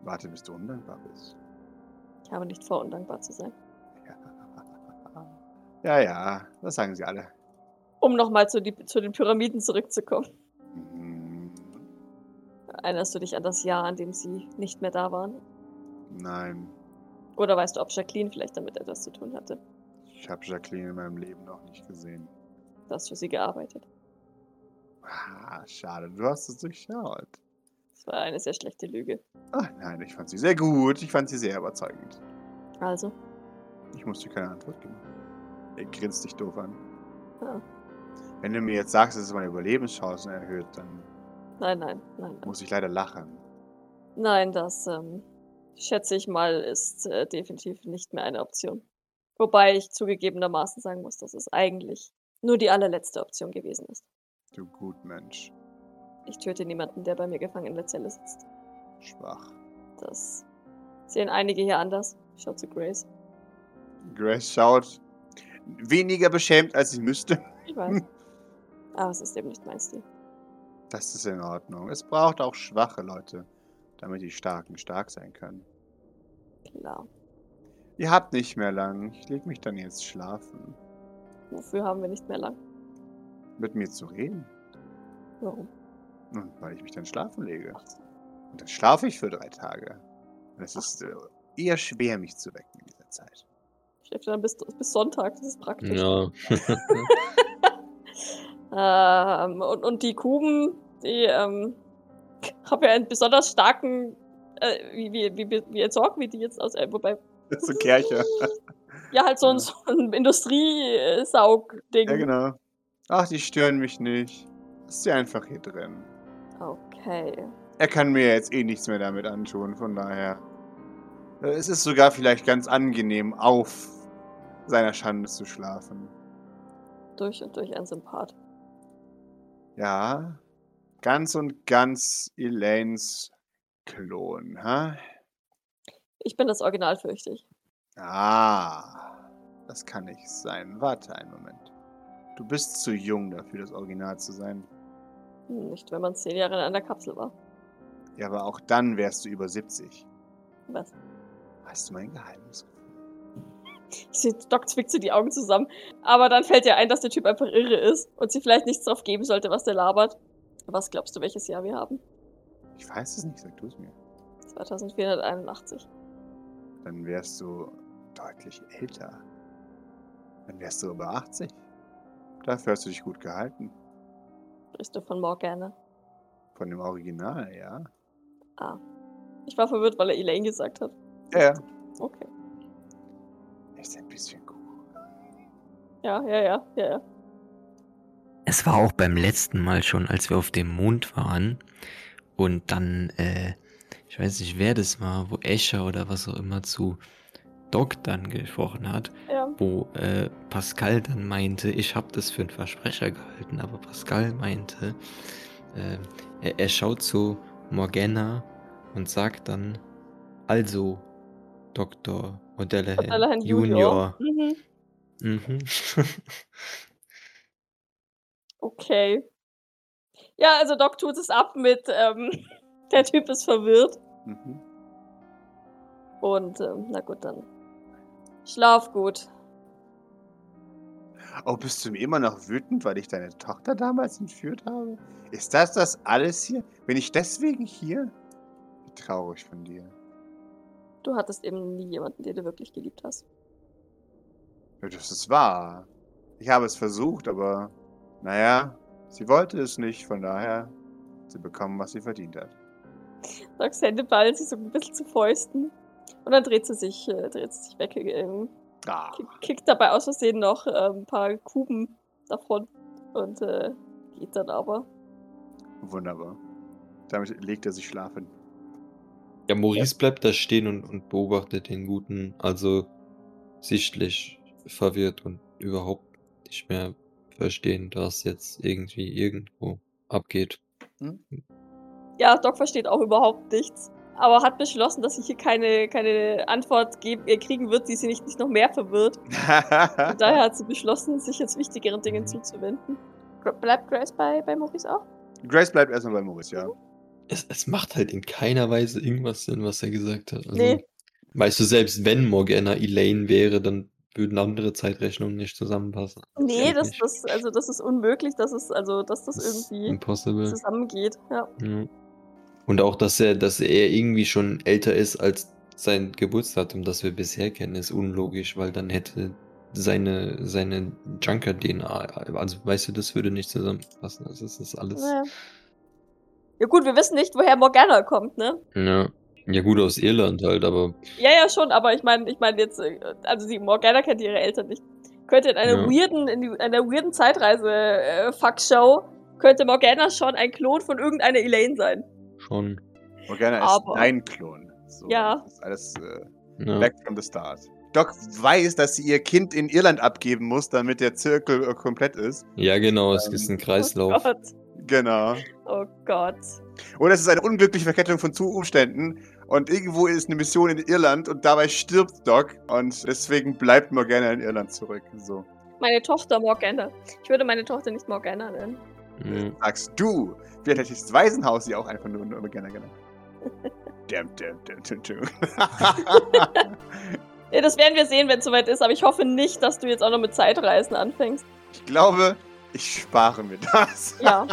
warte, bis du undankbar bist.
Ich habe nicht vor, undankbar zu sein.
Ja, ja, das sagen sie alle.
Um nochmal zu, die- zu den Pyramiden zurückzukommen.
Mhm.
Erinnerst du dich an das Jahr, an dem sie nicht mehr da waren?
Nein,
Oder weißt du, ob Jacqueline vielleicht damit etwas zu tun hatte?
ich habe Jacqueline in meinem Leben noch nicht gesehen.
Du hast für sie gearbeitet.
Ah, schade, du hast es durchschaut.
Das war eine sehr schlechte Lüge.
Ach nein, ich fand sie sehr gut. Ich fand sie sehr überzeugend.
Also,
Ich musste keine Antwort geben. Er grinst dich doof an.
Ja.
Wenn du mir jetzt sagst, dass es meine Überlebenschancen erhöht, dann
nein, nein, nein. nein.
muss ich leider lachen.
Nein, das, ähm, schätze ich mal, ist äh, definitiv nicht mehr eine Option. Wobei ich zugegebenermaßen sagen muss, dass es eigentlich nur die allerletzte Option gewesen ist.
Du Gutmensch.
Ich töte niemanden, der bei mir gefangen in der Zelle sitzt.
Schwach.
Das sehen einige hier anders. Schaut zu Grace.
Grace schaut weniger beschämt, als sie müsste.
Ich weiß. Ah, es ist eben nicht mein Stil.
Das ist in Ordnung. Es braucht auch schwache Leute, damit die Starken stark sein können.
Klar.
Ihr habt nicht mehr lang. Ich leg mich dann jetzt schlafen.
Wofür haben wir nicht mehr lang?
Mit mir zu reden.
Warum?
Nun, weil ich mich dann schlafen lege. Und dann schlafe ich für drei Tage. Und es ist äh, eher schwer, mich zu wecken in dieser Zeit. [laughs]
Schläft ihr dann bis, bis Sonntag, das ist praktisch.
Ja.
Ähm, und, und die Kuben, die ähm, [laughs] haben ja einen besonders starken, äh, wie, wie, wie, wie, wie entsorgen wir die jetzt aus? Äh, wobei,
Zur Kirche.
ja, halt so ein, so ein Industriesaug-Ding.
ja, genau. Ach, die stören mich nicht. Ist sie einfach hier drin.
Okay.
Er kann mir jetzt eh nichts mehr damit antun, von daher. Äh, Es ist sogar vielleicht ganz angenehm, auf seiner Schande zu schlafen.
Durch und durch ein Sympath.
Ja, ganz und ganz Elaines Klon, ha?
Ich bin das Original, fürchte ich.
Ah, das kann nicht sein. Warte einen Moment. Du bist zu jung dafür, das Original zu sein.
Hm, Nicht, wenn man zehn Jahre in einer Kapsel war.
Ja, aber auch dann wärst du über 70.
Was?
Hast du mein Geheimnis?
Sie, Doc zwickt sie die Augen zusammen. Aber dann fällt ihr ein, dass der Typ einfach irre ist und sie vielleicht nichts drauf geben sollte, was der labert. Was glaubst du, welches Jahr wir haben?
Ich weiß es nicht, sag du es mir.
2481.
Dann wärst du deutlich älter. Dann wärst du über 80. Dafür hast du dich gut gehalten.
Sprichst du von Morgana?
Von dem Original, ja?
Ah. Ich war verwirrt, weil er Elaine gesagt hat.
Ja.
Okay.
Ist ein bisschen cool.
Ja, ja, ja, ja, ja.
Es war auch beim letzten Mal schon, als wir auf dem Mond waren und dann, äh, ich weiß nicht, wer das war, wo Escher oder was auch immer zu Doc dann gesprochen hat,
Ja,
wo äh, Pascal dann meinte, ich habe das für einen Versprecher gehalten, aber Pascal meinte, äh, er, er schaut zu Morgana und sagt dann, also Dr.
Äh,
O'Dallahan,
O'Dallahan
Junior.
Junior. Mhm.
Mhm. [laughs]
Okay. Ja, also Doc tut es ab mit, ähm, [laughs] der Typ ist verwirrt.
Mhm.
Und, ähm, na gut, dann. Schlaf gut.
Oh, bist du mir immer noch wütend, weil ich deine Tochter damals entführt habe? Ist das das alles hier? Bin ich deswegen hier? Wie traurig von dir.
Du hattest eben nie jemanden, den du wirklich geliebt hast.
Ja, das ist wahr. Ich habe es versucht, aber naja, sie wollte es nicht, von daher hat sie bekommen, was sie verdient hat.
Docs Hände ballen sich so ein bisschen zu Fäusten. Und dann dreht sie sich, äh, dreht sie sich weg, ähm,
Ah,
kick- kickt dabei aus Versehen noch äh, ein paar Kuben davon und äh, geht dann aber.
wunderbar. Damit legt er sich
[laughs]
schlafen. [laughs]
Ja, Maurice bleibt da stehen und, und beobachtet den Guten, also sichtlich verwirrt und überhaupt nicht mehr verstehen, was jetzt irgendwie irgendwo abgeht.
Ja, Doc versteht auch überhaupt nichts, aber hat beschlossen, dass sie hier keine, keine Antwort geben, äh, kriegen wird, die sie nicht, nicht noch mehr verwirrt. Und daher hat sie beschlossen, sich jetzt wichtigeren
Mhm.
Dingen zuzuwenden. Gra- Bleibt Grace bei, bei Maurice auch?
Grace bleibt erstmal bei Maurice, ja.
Es, es macht halt in keiner Weise irgendwas Sinn, was er gesagt hat. Also,
Nee.
Weißt du, selbst wenn Morgana Elaine wäre, dann würden andere Zeitrechnungen nicht zusammenpassen.
Nee,
Geht
das,
nicht.
das, also das ist unmöglich, dass es, also, dass das
Das ist
irgendwie
impossible.
zusammengeht. Ja.
Ja. Und auch, dass er, dass er irgendwie schon älter ist als sein Geburtsdatum, das wir bisher kennen, ist unlogisch, weil dann hätte seine, seine Junker-DNA, also weißt du, das würde nicht zusammenpassen. Also es ist alles.
Naja. Ja gut, wir wissen nicht, woher Morgana kommt, ne?
Ja. ja, gut, aus Irland halt, aber
Ja, ja, schon, aber ich meine, ich meine jetzt, äh, also die Morgana kennt ihre Eltern nicht. Könnte in einer
Ja.
weirden, in die, einer weirden Zeitreise-Fuckshow, könnte Morgana schon ein Klon von irgendeiner Elaine sein.
schon.
Morgana
Aber-
ist ein Klon. So,
Ja.
das Ist alles äh,
Ja.
back from the start. Doc weiß, dass sie ihr Kind in Irland abgeben muss, damit der Zirkel äh, komplett ist.
ja, genau, es ist ein
Oh
Kreislauf.
Gott,
Genau.
oh Gott.
Oder es ist eine unglückliche Verkettung von Zu- Umständen und irgendwo ist eine Mission in Irland und dabei stirbt Doc und deswegen bleibt Morgana in Irland zurück. So.
meine Tochter Morgana. Ich würde meine Tochter nicht Morgana nennen.
Mhm.
Sagst du, vielleicht hätte ich das Waisenhaus ja auch einfach nur nur gerne
[laughs]
genannt. Damn, damn, damn, damn, damn.
Ja, das werden wir sehen, wenn es soweit ist, aber ich hoffe nicht, dass du jetzt auch noch mit Zeitreisen anfängst.
ich glaube, ich spare mir das.
Ja.